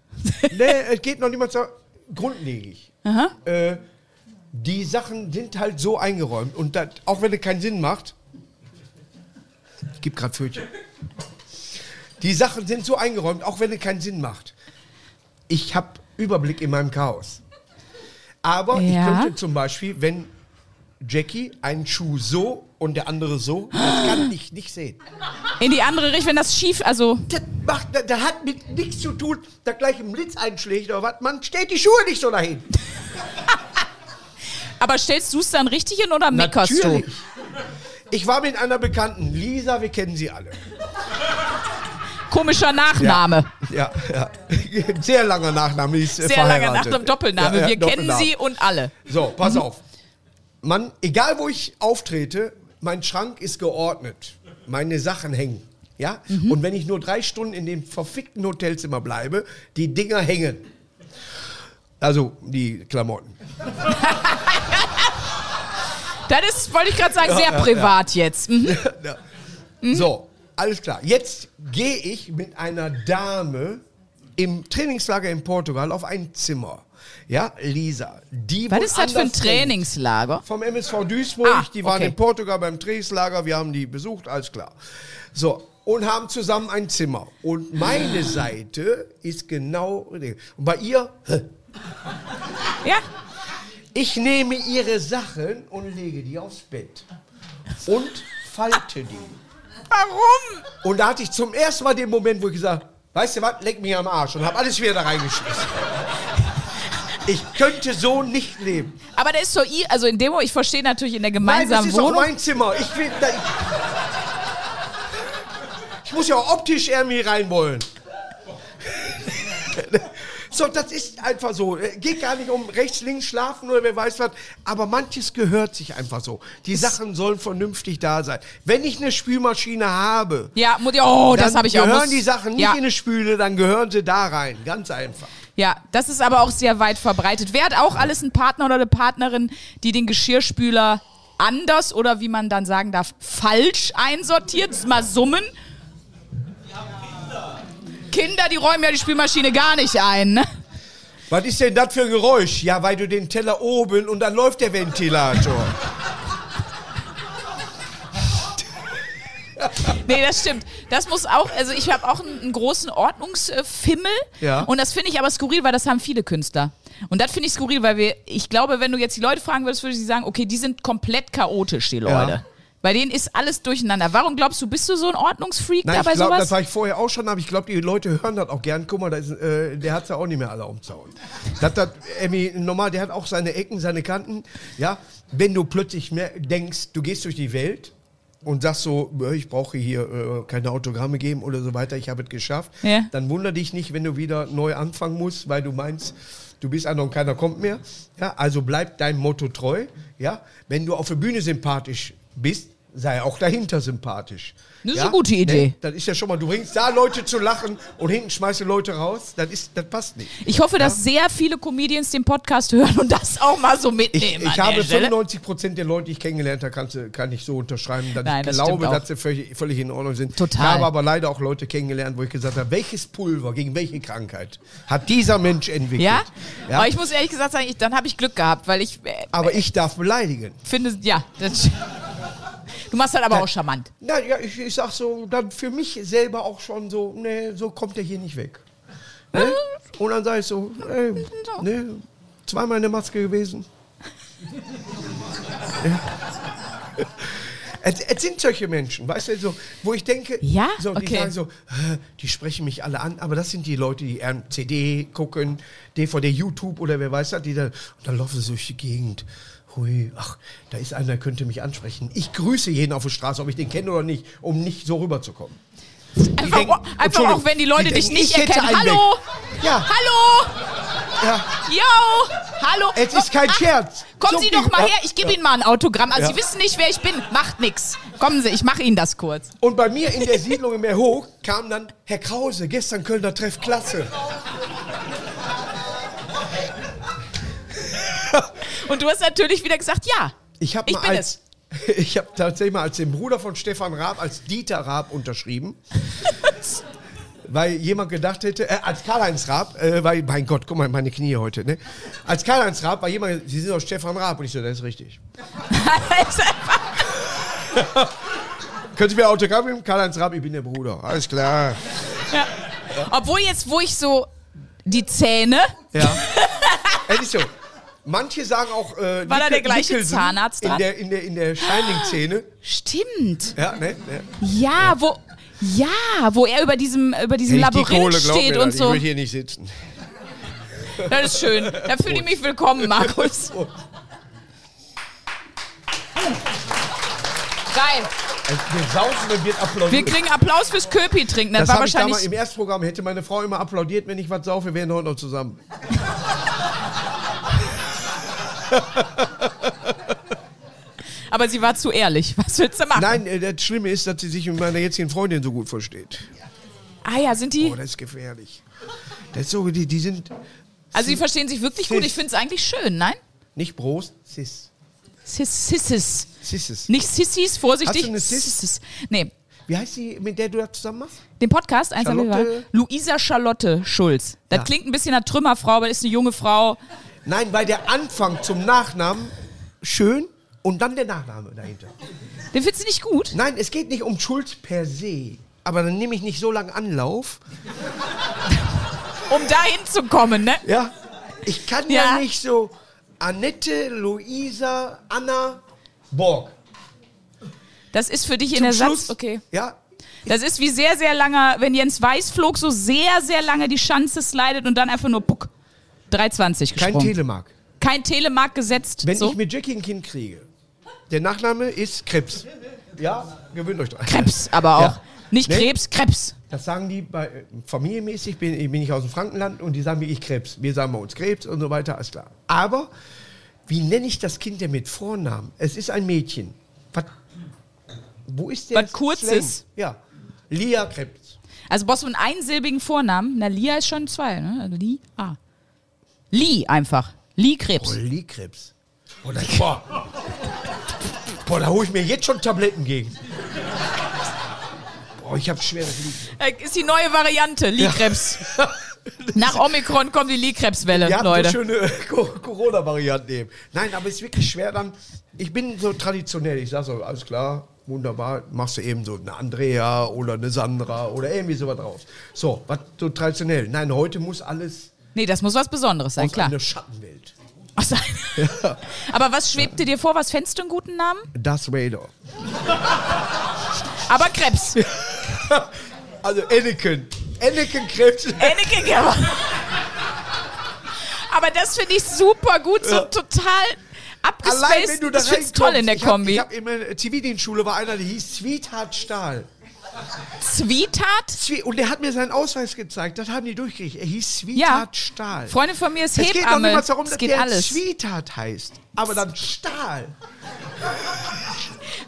Speaker 2: nee, es geht noch niemand so grundlegend. Äh, die Sachen sind halt so eingeräumt und das, auch wenn es keinen Sinn macht, gib grad Fötchen. Die Sachen sind so eingeräumt, auch wenn es keinen Sinn macht. Ich habe Überblick in meinem Chaos. Aber ich
Speaker 3: Ja.
Speaker 2: könnte zum Beispiel, wenn Jackie einen Schuh so und der andere so, das kann ich nicht sehen.
Speaker 3: In die andere Richtung, wenn das schief, also
Speaker 2: Das, macht, das, das hat mit nichts zu tun, da gleich im Blitz einschlägt oder was. Man stellt die Schuhe nicht so dahin.
Speaker 3: Aber stellst du es dann richtig hin oder meckerst du?
Speaker 2: Ich war mit einer Bekannten, Lisa, wir kennen sie alle.
Speaker 3: Komischer Nachname.
Speaker 2: Ja, ja. Sehr langer Nachname, die ist äh,
Speaker 3: Sehr lange nach
Speaker 2: verheiratet.
Speaker 3: dem Doppelname.
Speaker 2: Ja, ja,
Speaker 3: Wir kennen
Speaker 2: Doppelname.
Speaker 3: sie und alle.
Speaker 2: So, pass auf. Man, egal wo ich auftrete, mein Schrank ist geordnet. Meine Sachen hängen. Ja?
Speaker 3: Mhm.
Speaker 2: Und wenn ich nur drei Stunden in dem verfickten Hotelzimmer bleibe, die Dinger hängen. Also die Klamotten.
Speaker 3: Das ist, wollte ich gerade sagen, sehr privat jetzt. Mhm.
Speaker 2: So, alles klar. Jetzt gehe ich mit einer Dame im Trainingslager in Portugal auf ein Zimmer. Ja, Lisa. Die
Speaker 3: Was
Speaker 2: wohl
Speaker 3: ist das für ein
Speaker 2: anders denkt.
Speaker 3: Trainingslager?
Speaker 2: Vom MSV Duisburg.
Speaker 3: Ah,
Speaker 2: die waren
Speaker 3: okay.
Speaker 2: in Portugal beim Trainingslager. Wir haben die besucht, alles klar. So, und haben zusammen ein Zimmer. Und meine Seite ist genau. Und bei ihr,
Speaker 3: Ja.
Speaker 2: ich nehme ihre Sachen und lege die aufs Bett. Und falte die.
Speaker 3: Warum?
Speaker 2: Und da hatte ich zum ersten Mal den Moment, wo ich gesagt habe, weißt du was, leck mich am Arsch und habe alles wieder da reingeschmissen. Ich könnte so nicht leben.
Speaker 3: Aber das ist so, i- also in dem Moment, ich verstehe natürlich in der
Speaker 2: Nein, das
Speaker 3: gemeinsamen
Speaker 2: ist auch
Speaker 3: Wohnung.
Speaker 2: mein Zimmer. Ich, will, da, ich, ich muss ja auch optisch irgendwie rein wollen. So, das ist einfach so. Äh, Geht gar nicht um rechts, links schlafen oder wer weiß was. Aber manches gehört sich einfach so. Die Sachen sollen vernünftig da sein. Wenn ich eine Spülmaschine habe,
Speaker 3: Ja, muss, oh, das
Speaker 2: dann
Speaker 3: habe ich auch.
Speaker 2: gehören
Speaker 3: muss-
Speaker 2: die Sachen nicht
Speaker 3: ja,
Speaker 2: in eine Spüle, dann gehören sie da rein. Ganz einfach.
Speaker 3: ja, das ist aber auch sehr weit verbreitet. Wer hat auch alles einen Partner oder eine Partnerin, die den Geschirrspüler anders oder wie man dann sagen darf, falsch einsortiert? Mal summen. Kinder, die räumen ja die Spülmaschine gar nicht ein. Ne?
Speaker 2: Was ist denn das für ein Geräusch? Ja, weil du den Teller oben und dann läuft der Ventilator.
Speaker 3: Nee, das stimmt. Das muss auch, also ich habe auch einen, einen großen Ordnungsfimmel.
Speaker 2: Ja.
Speaker 3: Und das finde ich aber skurril, weil das haben viele Künstler. Und das finde ich skurril, weil wir, ich glaube, wenn du jetzt die Leute fragen würdest, würde sie sagen, okay, die sind komplett chaotisch, die
Speaker 2: Ja.
Speaker 3: Leute. Bei denen ist alles durcheinander. Warum glaubst du, bist du so ein Ordnungsfreak
Speaker 2: Nein,
Speaker 3: dabei
Speaker 2: ich glaube, das
Speaker 3: sowas?
Speaker 2: war ich vorher auch schon, aber ich glaube, die Leute hören das auch gern. Guck mal, da ist, äh, der hat's ja auch nicht mehr alle am Zaun. Das, das, irgendwie normal, der hat auch seine Ecken, seine Kanten. Ja, wenn du plötzlich mehr denkst, du gehst durch die Welt und sagst so, "Äh, ich brauche hier äh, keine Autogramme geben oder so weiter, ich habe es geschafft,
Speaker 3: Ja.
Speaker 2: dann wundere dich nicht, wenn du wieder neu anfangen musst, weil du meinst, du bist einer und keiner kommt mehr. Ja, also bleib deinem Motto treu. Ja, wenn du auf der Bühne sympathisch bist, sei auch dahinter sympathisch.
Speaker 3: Das ist eine gute Idee.
Speaker 2: Das ist ja schon mal, du bringst da Leute zu lachen und hinten schmeißt du Leute raus. Das, ist, das passt nicht.
Speaker 3: Ich hoffe, dass sehr viele Comedians den Podcast hören und das auch mal so
Speaker 2: Ich,
Speaker 3: mitnehmen.
Speaker 2: ich
Speaker 3: an der
Speaker 2: habe
Speaker 3: Stelle.
Speaker 2: 95 Prozent der Leute, die ich kennengelernt habe, kannst du- kann ich so unterschreiben. Dass
Speaker 3: Nein,
Speaker 2: ich
Speaker 3: das
Speaker 2: glaube,
Speaker 3: stimmt auch.
Speaker 2: dass sie völlig, völlig in Ordnung sind.
Speaker 3: Total.
Speaker 2: Ich habe aber leider auch Leute kennengelernt, wo ich gesagt habe, welches Pulver gegen welche Krankheit hat dieser Mensch entwickelt?
Speaker 3: ja?
Speaker 2: Ja?
Speaker 3: aber ich muss ehrlich gesagt sagen, ich, dann habe ich Glück gehabt, weil ich äh,
Speaker 2: aber ich darf beleidigen.
Speaker 3: finde, ja, das, du machst das aber auch charmant.
Speaker 2: Na, ja, ich, ich sag so, dann für mich selber auch schon so, nee, so kommt der hier nicht weg. Ne? Und dann sage ich so, ey, nee, zweimal in der Maske gewesen. ja. es, es sind solche Menschen, weißt du, so, wo ich denke,
Speaker 3: Ja?
Speaker 2: so, die
Speaker 3: Okay.
Speaker 2: sagen so, "Hä, die sprechen mich alle an, aber das sind die Leute, die eher CD gucken, DVD, YouTube oder wer weiß das, die dann, und dann laufen sie durch die Gegend. Hui, ach, da ist einer, der könnte mich ansprechen. Ich grüße jeden auf der Straße, ob ich den kenne oder nicht, um nicht so rüberzukommen.
Speaker 3: Einfach,
Speaker 2: denken-
Speaker 3: auch- einfach
Speaker 2: Entschuldigung,
Speaker 3: auch wenn die Leute
Speaker 2: die
Speaker 3: dich
Speaker 2: denken,
Speaker 3: nicht
Speaker 2: ich hätte
Speaker 3: erkennen.
Speaker 2: einen
Speaker 3: Hallo!
Speaker 2: Ja.
Speaker 3: Hallo!
Speaker 2: Ja.
Speaker 3: Yo! Hallo!
Speaker 2: Es ist kein Scherz.
Speaker 3: Kommen
Speaker 2: So
Speaker 3: Sie doch
Speaker 2: viel-
Speaker 3: mal
Speaker 2: Ja.
Speaker 3: her, ich gebe Ihnen mal ein Autogramm.
Speaker 2: Ja.
Speaker 3: Also Sie wissen nicht, wer ich bin. Macht nix. Kommen Sie, ich mache Ihnen das kurz.
Speaker 2: Und bei mir in der Siedlung im Erhoch kam dann Herr Krause, gestern Kölner Treff, klasse.
Speaker 3: Und du hast natürlich wieder gesagt, ja.
Speaker 2: Ich habe
Speaker 3: Ich
Speaker 2: mal
Speaker 3: bin
Speaker 2: als ich habe tatsächlich mal als den Bruder von Stefan Raab als Dieter Raab unterschrieben. Weil jemand gedacht hätte, äh, als Karl-Heinz Raab, äh, weil, mein Gott, guck mal, meine Knie heute, ne? Als Karl-Heinz Raab war jemand, Sie sind doch Stefan Raab. Und ich so, das ist richtig. Können Sie mir ein Autogramm geben? Karl-Heinz Raab, ich bin der Bruder. Alles klar.
Speaker 3: ja. Obwohl jetzt, wo ich so die Zähne,
Speaker 2: Ja. es ist so. Manche sagen auch, äh,
Speaker 3: War da
Speaker 2: Nickel-
Speaker 3: der gleiche
Speaker 2: Nicholson
Speaker 3: Zahnarzt
Speaker 2: in
Speaker 3: dran?
Speaker 2: der, in der, in der Shining-Szene.
Speaker 3: stimmt.
Speaker 2: Ja, ne? ne.
Speaker 3: Ja, wo, ja, wo er über diesem, über diesem Labyrinth
Speaker 2: glaub
Speaker 3: steht
Speaker 2: mir
Speaker 3: und
Speaker 2: das. Ich
Speaker 3: so.
Speaker 2: will hier nicht sitzen.
Speaker 3: Das ist schön. Da fühle ich mich willkommen, Markus.
Speaker 2: Oh,
Speaker 3: Geil.
Speaker 2: Wir saufen und wird applaudiert.
Speaker 3: Wir kriegen Applaus fürs Köpi trinken. Das,
Speaker 2: das
Speaker 3: war
Speaker 2: hab ich damals
Speaker 3: wahrscheinlich.
Speaker 2: im Erstprogramm hätte meine Frau immer applaudiert, wenn ich was saufe, wir wären heute noch zusammen.
Speaker 3: Aber sie war zu ehrlich. Was willst du machen?
Speaker 2: Nein, äh, das Schlimme ist, dass sie sich mit meiner jetzigen Freundin so gut versteht.
Speaker 3: Ah ja, sind die.
Speaker 2: Oh, das ist gefährlich. Das ist so, die, die sind
Speaker 3: Also sie verstehen sich wirklich
Speaker 2: Sis.
Speaker 3: gut. Ich finde es eigentlich schön, nein?
Speaker 2: nicht Bros, Sis.
Speaker 3: Sis, Sisses.
Speaker 2: Sisses.
Speaker 3: Nicht Sissis, vorsichtig.
Speaker 2: Hast du eine Sis?
Speaker 3: Sisses. Nee.
Speaker 2: Wie heißt die, mit der du das zusammen machst?
Speaker 3: Den Podcast, eins haben wir
Speaker 2: Charlotte-
Speaker 3: gemacht. Luisa Charlotte Schulz. Das
Speaker 2: Ja.
Speaker 3: klingt ein bisschen nach Trümmerfrau, aber das ist eine junge Frau.
Speaker 2: Nein, weil der Anfang zum Nachnamen schön und dann der Nachname dahinter.
Speaker 3: Den findest du nicht gut?
Speaker 2: Nein, es geht nicht um Schuld per se. Aber dann nehme ich nicht so lange Anlauf.
Speaker 3: Um da hinzukommen, ne?
Speaker 2: Ja. Ich kann ja,
Speaker 3: Ja.
Speaker 2: nicht so Annette, Luisa, Anna, Borg.
Speaker 3: Das ist für dich in
Speaker 2: Zum
Speaker 3: der
Speaker 2: Schluss.
Speaker 3: Satz. Okay.
Speaker 2: Ja.
Speaker 3: Das ist wie sehr, sehr langer, wenn Jens Weiß flog, so sehr, sehr lange die Schanze slidet und dann einfach nur puck. 3,20
Speaker 2: Kein
Speaker 3: gesprungen.
Speaker 2: Telemark.
Speaker 3: Kein Telemark gesetzt.
Speaker 2: Wenn
Speaker 3: so.
Speaker 2: ich mit Jackie ein Kind kriege, der Nachname ist Krebs. Ja, gewöhnt euch dran.
Speaker 3: Krebs, aber auch.
Speaker 2: Ja.
Speaker 3: Nicht
Speaker 2: Nee.
Speaker 3: Krebs, Krebs.
Speaker 2: Das sagen die bei äh, familienmäßig, bin, bin ich aus dem Frankenland und die sagen mir, ich Krebs. Wir sagen bei uns Krebs und so weiter, alles klar. Aber wie nenne ich das Kind denn mit Vornamen? Es ist ein Mädchen. Was, wo ist der?
Speaker 3: Was Kurzes?
Speaker 2: Slang? Ja. Lia Krebs.
Speaker 3: Also brauchst du einen einsilbigen Vornamen. Na, Lia ist schon zwei, ne? Also Li, ah. Li einfach. Li
Speaker 2: Oh,
Speaker 3: Krebs.
Speaker 2: Lia Krebs. Boah, das, boah. boah da hole ich mir jetzt schon Tabletten gegen. Boah, ich habe schweres Lied.
Speaker 3: Äh, ist die neue Variante, Li Krebs. Nach Omikron kommt die Li Krebswelle,
Speaker 2: Ja, eine
Speaker 3: Leute.
Speaker 2: schöne äh, Co- Corona-Variante nehmen. Nein, aber es ist wirklich schwer dann. Ich bin so traditionell. Ich sage so, alles klar, wunderbar. Machst du eben so eine Andrea oder eine Sandra oder irgendwie sowas draus. So, was so traditionell. Nein, heute muss alles
Speaker 3: Nee, das muss was Besonderes sein,
Speaker 2: aus
Speaker 3: klar.
Speaker 2: einer Schattenwelt.
Speaker 3: Aus einer- Aber was schwebte dir vor? Was fändst du einen guten Namen?
Speaker 2: Darth Vader.
Speaker 3: Aber Krebs.
Speaker 2: Also Anakin. Anakin Krebs.
Speaker 3: Anakin Gerber. Aber das finde ich super gut, so total
Speaker 2: Allein wenn du
Speaker 3: abgespaced.
Speaker 2: da
Speaker 3: Ich finde es toll in der
Speaker 2: reinkommst.
Speaker 3: Kombi.
Speaker 2: Ich habe hab in meiner Zivildienstschule war einer, der hieß Sweetheart Stahl.
Speaker 3: Zwietat?
Speaker 2: Zwie- Und der hat mir seinen Ausweis gezeigt. Das haben die durchgekriegt. Er hieß Sweetheart Stahl.
Speaker 3: Freunde von mir ist
Speaker 2: Es geht doch
Speaker 3: Hebamme.
Speaker 2: niemals darum,
Speaker 3: es
Speaker 2: dass
Speaker 3: geht
Speaker 2: der
Speaker 3: alles.
Speaker 2: Sweetheart heißt, aber dann Stahl.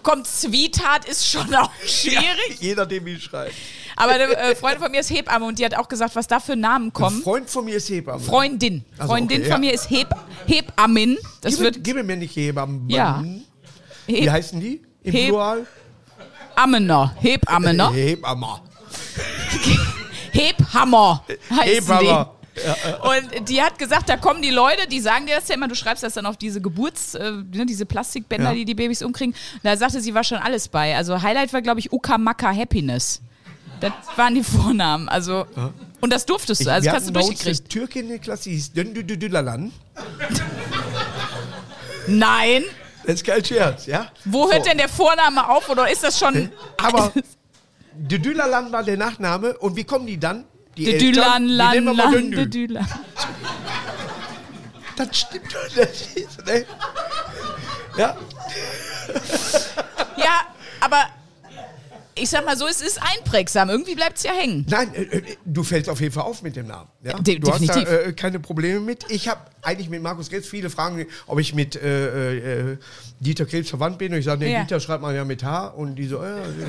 Speaker 3: Komm, Zwietat ist schon auch schwierig.
Speaker 2: Jeder, dem ihn schreibt.
Speaker 3: Aber eine äh, Freundin von mir ist Hebamme und die hat auch gesagt, was da für Namen
Speaker 2: Ein
Speaker 3: kommen.
Speaker 2: Freund von mir ist Hebamme.
Speaker 3: Freundin.
Speaker 2: Also,
Speaker 3: Freundin
Speaker 2: okay,
Speaker 3: von
Speaker 2: ja.
Speaker 3: mir ist Heb Hebammin. Das
Speaker 2: Gib,
Speaker 3: wird
Speaker 2: gib mir nicht Hebammen.
Speaker 3: Ja.
Speaker 2: Wie
Speaker 3: Hebammener.
Speaker 2: heißen die? Im
Speaker 3: Heb-
Speaker 2: Plural? Äh,
Speaker 3: Hebammener.
Speaker 2: Hebammer.
Speaker 3: Hebhammer heißen
Speaker 2: Hebammer.
Speaker 3: die. Und die hat gesagt, da kommen die Leute, die sagen dir das ja immer, du schreibst das dann auf diese Geburts, äh, ne, diese Plastikbänder,
Speaker 2: Ja.
Speaker 3: die die Babys umkriegen. Und da sagte sie, war schon alles bei. Also Highlight war, glaube ich, Ukamaka Happiness. Das waren die Vornamen. Also, und das durftest du, also
Speaker 2: Wir
Speaker 3: das hast
Speaker 2: hatten
Speaker 3: du
Speaker 2: bei uns
Speaker 3: durchgekriegt.
Speaker 2: eine Türkin in der Klasse, die hieß Döndüdüdülalan.
Speaker 3: Nein.
Speaker 2: Das ist kein Scherz, ja?
Speaker 3: Wo hört denn der Vorname auf oder ist das
Speaker 2: Äh,
Speaker 3: schon
Speaker 2: Aber Düdülalan war der Nachname. Und wie kommen die dann? Die
Speaker 3: de
Speaker 2: Eltern,
Speaker 3: Dülan,
Speaker 2: die
Speaker 3: Lan,
Speaker 2: nennen äh, wir mal
Speaker 3: Lan, de
Speaker 2: Döndü.
Speaker 3: Dülan?
Speaker 2: Das stimmt doch. Das ist, ne? Ja,
Speaker 3: Ja, aber ich sag mal so, es ist einprägsam. Irgendwie bleibt es ja hängen.
Speaker 2: Nein, äh, äh, du fällst auf jeden Fall auf mit dem Namen. Ja?
Speaker 3: De-
Speaker 2: du hast da
Speaker 3: definitiv.
Speaker 2: äh, keine Probleme mit. Ich habe eigentlich mit Markus Krebs viele Fragen, ob ich mit äh, äh, Dieter Krebs verwandt bin. Und ich sage, nee,
Speaker 3: Ja.
Speaker 2: Dieter schreibt man ja mit H. Und die so, äh, äh.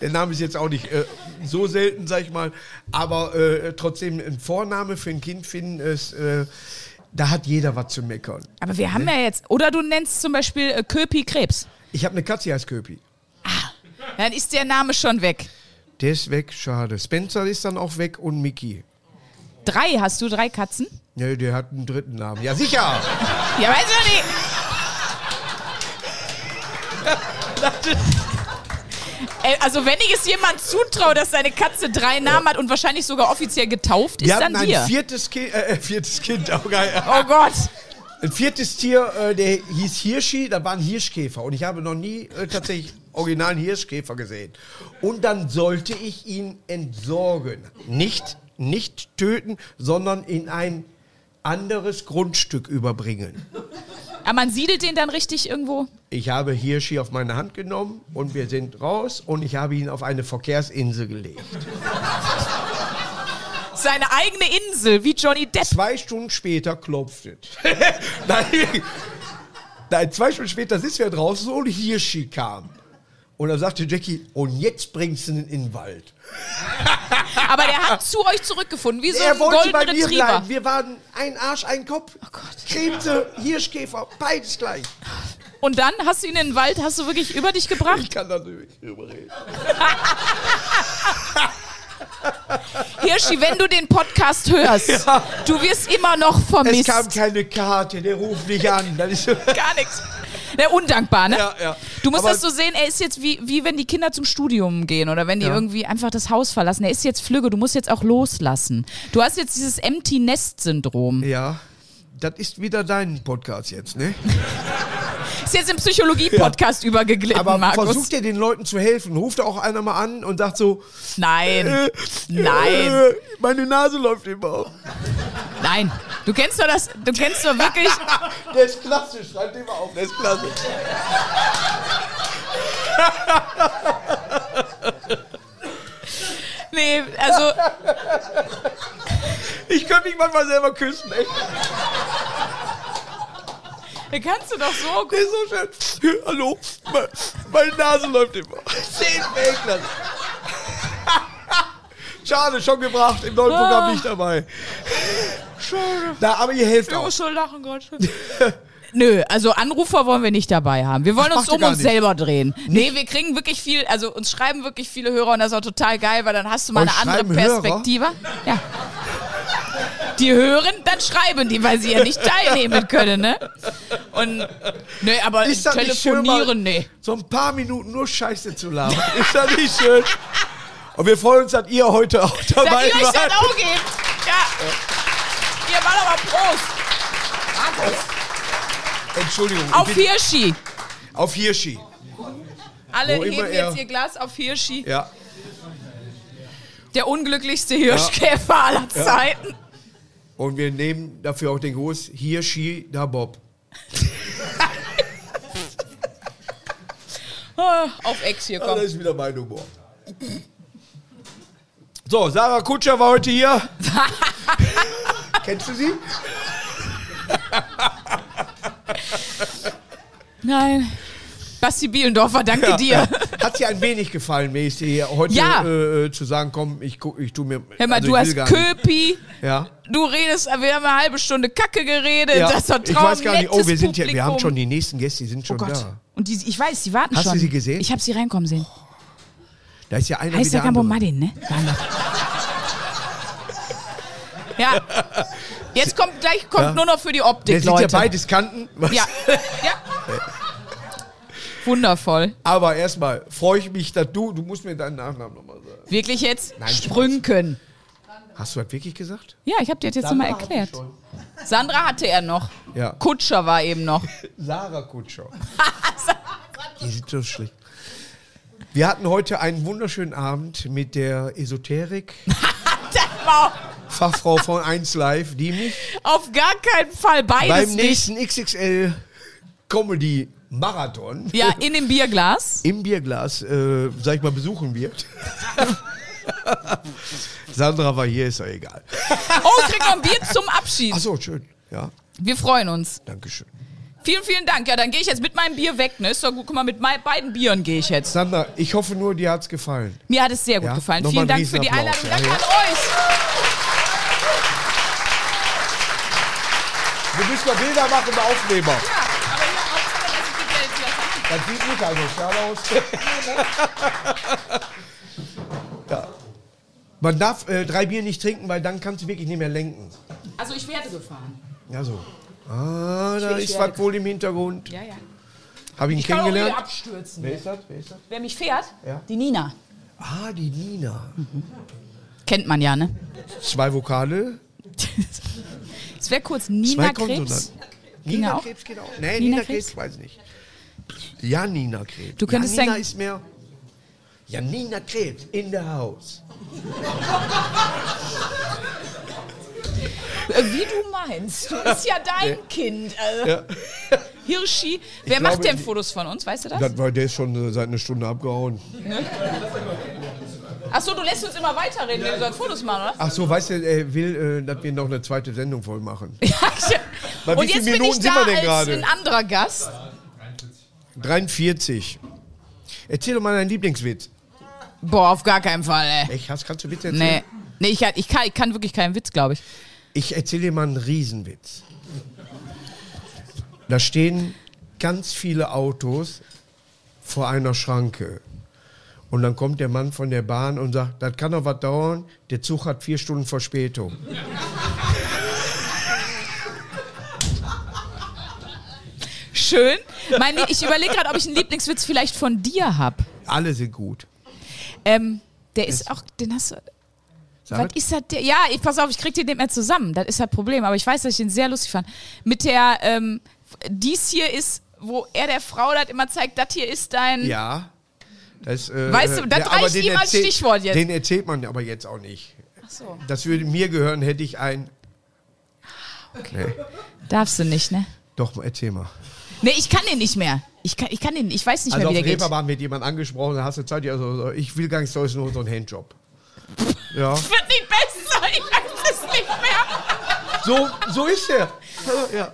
Speaker 2: Der Name ist jetzt auch nicht äh, so selten, sag ich mal. Aber äh, trotzdem, ein Vorname für ein Kind finden ist, äh, da hat jeder was zu meckern.
Speaker 3: Aber wir haben ja jetzt. Oder du nennst zum Beispiel äh, Köpi Krebs.
Speaker 2: Ich habe eine Katze, die heißt Köpi.
Speaker 3: Dann ist der Name schon weg.
Speaker 2: Der ist weg, schade. Spencer ist dann auch weg und Mickey.
Speaker 3: Drei, hast du drei Katzen?
Speaker 2: Nee, der hat einen dritten Namen. Ja, sicher.
Speaker 3: Ja, weiß ich nicht. Ey, Also wenn ich es jemand zutraue, dass seine Katze drei Namen hat und wahrscheinlich sogar offiziell getauft ist,
Speaker 2: Wir
Speaker 3: dann
Speaker 2: hatten ein
Speaker 3: dir.
Speaker 2: viertes Kind, äh, viertes Kind, auch geil.
Speaker 3: Oh Gott.
Speaker 2: Ein viertes Tier, äh, der hieß Hirschi, da war ein Hirschkäfer. Und ich habe noch nie äh, tatsächlich originalen Hirschkäfer gesehen. Und dann sollte ich ihn entsorgen. Nicht, nicht töten, sondern in ein anderes Grundstück überbringen.
Speaker 3: Aber man siedelt den dann richtig irgendwo.
Speaker 2: Ich habe Hirschi auf meine Hand genommen und wir sind raus und ich habe ihn auf eine Verkehrsinsel gelegt.
Speaker 3: Seine eigene Insel, wie Johnny Depp.
Speaker 2: Zwei Stunden später klopft es. Nein, nein, zwei Stunden später sitzen wir draußen und Hirschi kam. Und dann sagte Jackie, und jetzt bringst du ihn in den Wald.
Speaker 3: Aber der hat zu euch zurückgefunden, wie so
Speaker 2: er
Speaker 3: ein
Speaker 2: wollte bei
Speaker 3: goldener
Speaker 2: mir
Speaker 3: Retriever.
Speaker 2: bleiben. Wir waren ein Arsch, ein Kopf. Oh
Speaker 3: Gott.
Speaker 2: Kremte, Hirschkäfer, beides gleich.
Speaker 3: Und dann hast du ihn in den Wald, hast du wirklich über dich gebracht.
Speaker 2: Ich kann da nicht drüber reden.
Speaker 3: Hirschi, wenn du den Podcast hörst,
Speaker 2: Ja.
Speaker 3: du wirst immer noch
Speaker 2: Es
Speaker 3: vermisst.
Speaker 2: kam keine Karte, der ruft nicht an. Das ist
Speaker 3: Gar nichts. Der undankbar, ne?
Speaker 2: Ja, ja.
Speaker 3: Du musst
Speaker 2: Aber-
Speaker 3: das so sehen, er ist jetzt wie, wie wenn die Kinder zum Studium gehen oder wenn die irgendwie einfach das Haus verlassen. Er ist jetzt Flügge, du musst jetzt auch loslassen. Du hast jetzt dieses Empty Nest Syndrom.
Speaker 2: ja, das ist wieder dein Podcast jetzt, ne?
Speaker 3: Ist jetzt im Psychologie Podcast übergeglitten,
Speaker 2: Aber
Speaker 3: Markus.
Speaker 2: versucht ihr den Leuten zu helfen. Ruft auch einer mal an und sagt so,
Speaker 3: Nein.
Speaker 2: Äh,
Speaker 3: Nein.
Speaker 2: äh, Meine Nase läuft immer auf.
Speaker 3: Nein. Du kennst doch das, du kennst doch wirklich
Speaker 2: Der ist klasse, schreibt immer auf, der ist klasse.
Speaker 3: Nee, also
Speaker 2: Ich könnte mich manchmal selber küssen, echt.
Speaker 3: da kannst du doch so
Speaker 2: Der ist so schön. Hallo, me- meine Nase läuft immer. Zehn Weltklasse. Schade, schon gebracht, im neuen
Speaker 3: Ah.
Speaker 2: Programm nicht dabei. Schade. Na, aber ihr helft auch.
Speaker 3: schon lachen, Gott. Nö, also Anrufer wollen wir nicht dabei haben. Wir wollen
Speaker 2: Ach,
Speaker 3: uns
Speaker 2: macht ihr
Speaker 3: um
Speaker 2: gar
Speaker 3: uns
Speaker 2: nicht.
Speaker 3: selber drehen. Nee, wir kriegen wirklich viel, also uns schreiben wirklich viele Hörer und das ist auch total geil, weil dann hast du mal
Speaker 2: Euch
Speaker 3: eine andere
Speaker 2: schreiben Hörer?
Speaker 3: Perspektive. Ja. Die hören, dann schreiben die, weil sie ja nicht teilnehmen können, ne? Und nee, aber
Speaker 2: Ist das nicht schön, mal
Speaker 3: telefonieren, nee.
Speaker 2: so ein paar Minuten nur Scheiße zu labern? Ist das nicht schön? Und wir freuen uns, dass ihr heute auch
Speaker 3: Dass
Speaker 2: dabei
Speaker 3: ihr euch
Speaker 2: wart.
Speaker 3: dann auch gebt. Ja. Ihr mal aber Prost.
Speaker 2: Entschuldigung,
Speaker 3: Auf
Speaker 2: ich bin
Speaker 3: Hirschi.
Speaker 2: auf Hirschi.
Speaker 3: Alle
Speaker 2: Wo immer
Speaker 3: heben
Speaker 2: er-
Speaker 3: jetzt ihr Glas auf Hirschi.
Speaker 2: Ja.
Speaker 3: Der unglücklichste Hirschkäfer aller Zeiten.
Speaker 2: Und wir nehmen dafür auch den Gruß Hirschi da Bob.
Speaker 3: Ah, Auf Ex hier,
Speaker 2: Das
Speaker 3: komm.
Speaker 2: ist wieder mein Humor. So, Sarah Kutscher war heute hier. Kennst du sie?
Speaker 3: Nein. Basti Bielendorfer, danke
Speaker 2: Ja.
Speaker 3: dir.
Speaker 2: Hat sie ein wenig gefallen, wenn ich dir hier heute
Speaker 3: Ja.
Speaker 2: äh, äh, zu sagen, komm, ich, guck, ich tu mir.
Speaker 3: Hör mal,
Speaker 2: also
Speaker 3: du
Speaker 2: ich
Speaker 3: hast
Speaker 2: will gar nicht.
Speaker 3: Köpi,
Speaker 2: Ja.
Speaker 3: du redest, wir haben eine halbe Stunde Kacke geredet,
Speaker 2: ja.
Speaker 3: äh, das ist doch
Speaker 2: ich
Speaker 3: Traum,
Speaker 2: weiß gar nicht, oh,
Speaker 3: nettes
Speaker 2: wir sind ja, wir
Speaker 3: Publikum.
Speaker 2: haben schon die nächsten Gäste, die sind
Speaker 3: Oh
Speaker 2: schon
Speaker 3: Gott.
Speaker 2: da.
Speaker 3: Und die, ich weiß, die warten
Speaker 2: Hast
Speaker 3: schon.
Speaker 2: du sie gesehen?
Speaker 3: Ich habe sie reinkommen sehen.
Speaker 2: Da ist ja einer
Speaker 3: Heißt
Speaker 2: wie der
Speaker 3: der Gambo
Speaker 2: andere. genau.
Speaker 3: Madin, ne? Wahnsinn. ja. Jetzt kommt gleich kommt nur noch für die
Speaker 2: Der
Speaker 3: Optik,
Speaker 2: sieht ja
Speaker 3: Leute.
Speaker 2: beides Kanten.
Speaker 3: ja. ja. Wundervoll.
Speaker 2: Aber erstmal freue ich mich, dass du, du musst mir deinen Nachnamen nochmal sagen.
Speaker 3: Wirklich jetzt?
Speaker 2: Nein, Spaß.
Speaker 3: Sprünken.
Speaker 2: Hast du das wirklich gesagt?
Speaker 3: Ja, ich habe dir das jetzt nochmal erklärt. Sandra hatte er noch.
Speaker 2: Ja.
Speaker 3: Kutscher war eben noch.
Speaker 2: Sarah Kutscher. Die sind so schlecht. Wir hatten heute einen wunderschönen Abend mit der Esoterik-Fachfrau
Speaker 3: Das war
Speaker 2: von 1 Live, die mich
Speaker 3: auf gar keinen Fall beides
Speaker 2: beim
Speaker 3: nicht.
Speaker 2: nächsten XXL Comedy Marathon
Speaker 3: Ja, in dem Bierglas.
Speaker 2: im Bierglas, äh, sag ich mal, besuchen wird. Sandra war hier, ist ja egal.
Speaker 3: Oh, krieg noch ein Bier zum Abschied.
Speaker 2: Achso, schön. Ja,
Speaker 3: Wir freuen uns.
Speaker 2: Dankeschön.
Speaker 3: Vielen, vielen Dank. Ja, dann gehe ich jetzt mit meinem Bier weg. Ne? Ist doch gut. Guck mal, mit mei- beiden Bieren gehe ich jetzt.
Speaker 2: Sandra, ich hoffe nur, dir hat's gefallen.
Speaker 3: Mir hat es sehr gut
Speaker 2: Ja,
Speaker 3: gefallen.
Speaker 2: nochmal
Speaker 3: Vielen Dank
Speaker 2: einen
Speaker 3: für die
Speaker 2: Riesenapplaus,
Speaker 3: Einladung.
Speaker 2: ja,
Speaker 3: Danke
Speaker 2: ja.
Speaker 3: an euch.
Speaker 2: Wir müssen mal Bilder machen im Aufnehmer.
Speaker 3: Ja, aber hier, Hauptsache, dass ich die Geld hier habe.
Speaker 2: Das sieht nicht also schade aus. ja. Man darf äh, drei Bier nicht trinken, weil dann kannst du wirklich nicht mehr lenken.
Speaker 3: Also, ich werde gefahren.
Speaker 2: Ja, so. Ah, da
Speaker 3: Ich- ich
Speaker 2: ist
Speaker 3: werde-
Speaker 2: was wohl im Hintergrund.
Speaker 3: Ja, ja.
Speaker 2: Habe ich ihn
Speaker 3: Ich kann auch wieder
Speaker 2: kennengelernt?
Speaker 3: abstürzen.
Speaker 2: Wer ist das? Wer ist das?
Speaker 3: Wer mich fährt?
Speaker 2: Ja.
Speaker 3: Die Nina.
Speaker 2: Ah, die Nina.
Speaker 3: Kennt man ja, ne?
Speaker 2: Zwei Vokale,
Speaker 3: Es wäre kurz
Speaker 2: zwei
Speaker 3: Nina Krebs.
Speaker 2: Konsonanten.
Speaker 3: Ging
Speaker 2: Nina
Speaker 3: auch?
Speaker 2: Krebs geht auch. Nee,
Speaker 3: Nina
Speaker 2: Nina, Krebs? weiß ich nicht. Janina Krebs.
Speaker 3: Du könntest
Speaker 2: Janina
Speaker 3: sagen-
Speaker 2: ist mehr. Janina Krebs in the house.
Speaker 3: Äh, Wie du meinst. Du bist ja dein Kind. Äh,
Speaker 2: Ja.
Speaker 3: Hirschi. Wer
Speaker 2: glaube,
Speaker 3: macht denn
Speaker 2: die-
Speaker 3: Fotos von uns? Weißt du das?
Speaker 2: Das war der ist schon äh, seit einer Stunde abgehauen.
Speaker 3: Achso, du lässt uns immer weiterreden, wenn wir sollst Fotos machen, oder?
Speaker 2: Ach so, weißt du, er will, äh, dass wir noch eine zweite Sendung voll machen. Bei
Speaker 3: Ja.
Speaker 2: wie
Speaker 3: Und
Speaker 2: vielen
Speaker 3: jetzt bin ich
Speaker 2: Minuten sind
Speaker 3: da
Speaker 2: wir denn
Speaker 3: als
Speaker 2: gerade?
Speaker 3: ein anderer Gast.
Speaker 2: 43. Erzähl doch mal deinen Lieblingswitz.
Speaker 3: Boah, auf gar keinen Fall, ey.
Speaker 2: Ich hasse, kannst du Witze erzählen?
Speaker 3: Nee. Nee, ich, ich, kann, ich kann wirklich keinen Witz, glaube ich.
Speaker 2: Ich erzähle dir mal einen Riesenwitz. Da stehen ganz viele Autos vor einer Schranke. Und dann kommt der Mann von der Bahn und sagt, das kann doch was dauern, der Zug hat vier Stunden Verspätung.
Speaker 3: Schön. Mein, Lie- ich überlege gerade, ob ich einen Lieblingswitz vielleicht von dir habe.
Speaker 2: Alle sind gut.
Speaker 3: Ähm, der ist auch, den hast du. Was
Speaker 2: Sag,
Speaker 3: ist das? Der? Ja, ich pass auf, ich krieg den nicht mehr zusammen. Das ist das Problem. Aber ich weiß, dass ich den sehr lustig fand. Mit der, ähm, dies hier ist, wo er der Frau das immer zeigt, das hier ist dein.
Speaker 2: ja. Das, äh,
Speaker 3: Weißt du, das
Speaker 2: der- aber
Speaker 3: reicht
Speaker 2: den
Speaker 3: ihm als
Speaker 2: erzählt-
Speaker 3: Stichwort jetzt.
Speaker 2: Den erzählt man aber jetzt auch nicht.
Speaker 3: Ach so.
Speaker 2: Das würde mir gehören, hätte ich ein...
Speaker 3: Darfst du nicht, ne?
Speaker 2: Doch, erzähl mal.
Speaker 3: Ne, ich kann den nicht mehr. Ich kann, ich kann den, ich weiß nicht
Speaker 2: Also
Speaker 3: mehr,
Speaker 2: auf
Speaker 3: wie der geht.
Speaker 2: Reeperbahn wird jemand angesprochen, da hast du Zeit, ja, so, so, ich will gar nicht, so ist nur so ein Handjob. Ja.
Speaker 3: Wird nicht besser, ich weiß es nicht mehr.
Speaker 2: So, so ist der. Ja.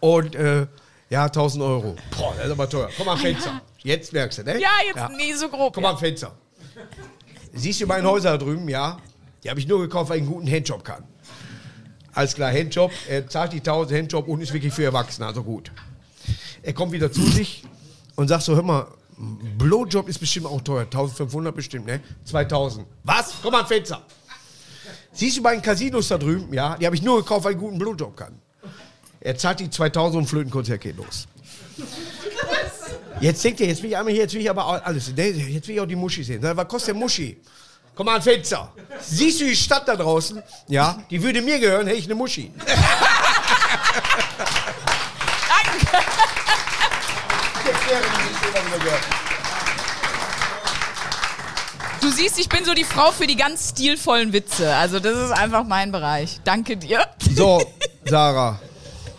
Speaker 2: Und äh, ja, 1000 Euro. Boah, das ist aber teuer. Komm am Fenster. Jetzt merkst du, ne?
Speaker 3: Ah, Ja, jetzt nie so grob.
Speaker 2: Komm am Fenster. Siehst du mein Häuser da drüben? Ja. Die habe ich nur gekauft, weil ich einen guten Handjob kann. Alles klar, Handjob. Er zahlt die 1000 Handjob und ist wirklich für Erwachsene, also gut. Er kommt wieder zu sich und sagt so, hör mal, Blowjob ist bestimmt auch teuer. 1500 bestimmt, ne? 2000. Was? Komm am Fenster. Siehst du bei den Casinos da drüben? Ja, die habe ich nur gekauft, weil ich einen guten Blowjob kann. Er zahlt die 2000 und Flötenkonzert geht los. Jetzt denkt er, jetzt will ich einmal hier, jetzt will ich aber auch alles. Nee, jetzt will ich auch die Muschi sehen. Na, Was kostet der Muschi? Komm mal an den Fenster. Siehst du die Stadt da draußen? Ja, die würde mir gehören, hätte ich eine Muschi.
Speaker 3: Danke. Du siehst, ich bin so die Frau für die ganz stilvollen Witze. Also das ist einfach mein Bereich. Danke dir.
Speaker 2: So, Sarah.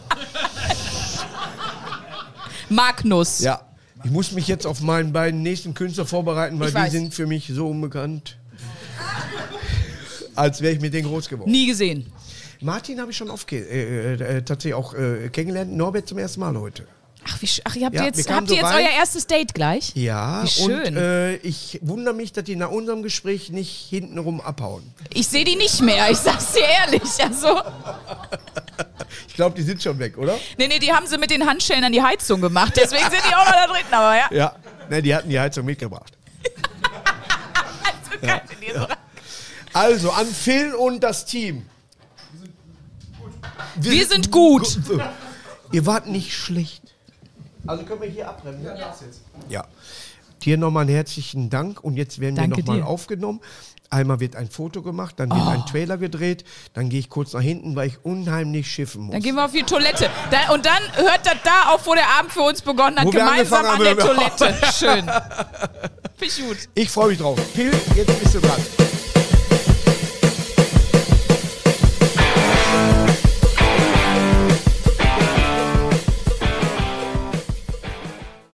Speaker 3: Magnus.
Speaker 2: Ja. Ich muss mich jetzt auf meinen beiden nächsten Künstler vorbereiten, weil
Speaker 3: Ich
Speaker 2: die
Speaker 3: weiß.
Speaker 2: sind für mich so unbekannt. Als wäre ich mit denen groß geworden.
Speaker 3: Nie gesehen.
Speaker 2: Martin habe ich schon oft ge- äh, äh, äh, tatsächlich auch äh, kennengelernt. Norbert zum ersten Mal heute.
Speaker 3: Ach, wie sch Ach ihr habt
Speaker 2: Ja,
Speaker 3: ihr
Speaker 2: wir
Speaker 3: jetzt,
Speaker 2: kamen
Speaker 3: habt ihr
Speaker 2: so
Speaker 3: jetzt
Speaker 2: rein.
Speaker 3: euer erstes Date gleich?
Speaker 2: Ja,
Speaker 3: Wie schön.
Speaker 2: und äh, ich wundere mich, dass die nach unserem Gespräch nicht hintenrum abhauen.
Speaker 3: Ich sehe die nicht mehr, ich sag's dir ehrlich. Also,
Speaker 2: Ich glaube, die sind schon weg, oder?
Speaker 3: nee, nee, die haben sie mit den Handschellen an die Heizung gemacht. Deswegen sind die auch noch da drin, aber ja.
Speaker 2: Ja. Ne, die hatten die Heizung mitgebracht.
Speaker 3: Also, kannst du dir so rein-
Speaker 2: Also, an Phil und das Team.
Speaker 3: Wir sind gut.
Speaker 2: Gu- Ihr wart nicht schlecht. Also können wir hier abbremsen? Ja. ja. Dir nochmal einen herzlichen Dank und jetzt werden
Speaker 3: Danke
Speaker 2: wir nochmal
Speaker 3: dir. Oh.
Speaker 2: aufgenommen. Einmal wird ein Foto gemacht, dann wird ein Trailer gedreht, dann gehe ich kurz nach hinten, weil ich unheimlich schiffen muss.
Speaker 3: Dann gehen wir auf die Toilette. Da, und dann hört das da auf, wo der Abend für uns begonnen hat,
Speaker 2: Wo wir
Speaker 3: gemeinsam an
Speaker 2: angefangen
Speaker 3: der
Speaker 2: haben,
Speaker 3: Toilette. Schön. Finde ich gut.
Speaker 2: Ich freue mich drauf. Phil, jetzt bist du dran.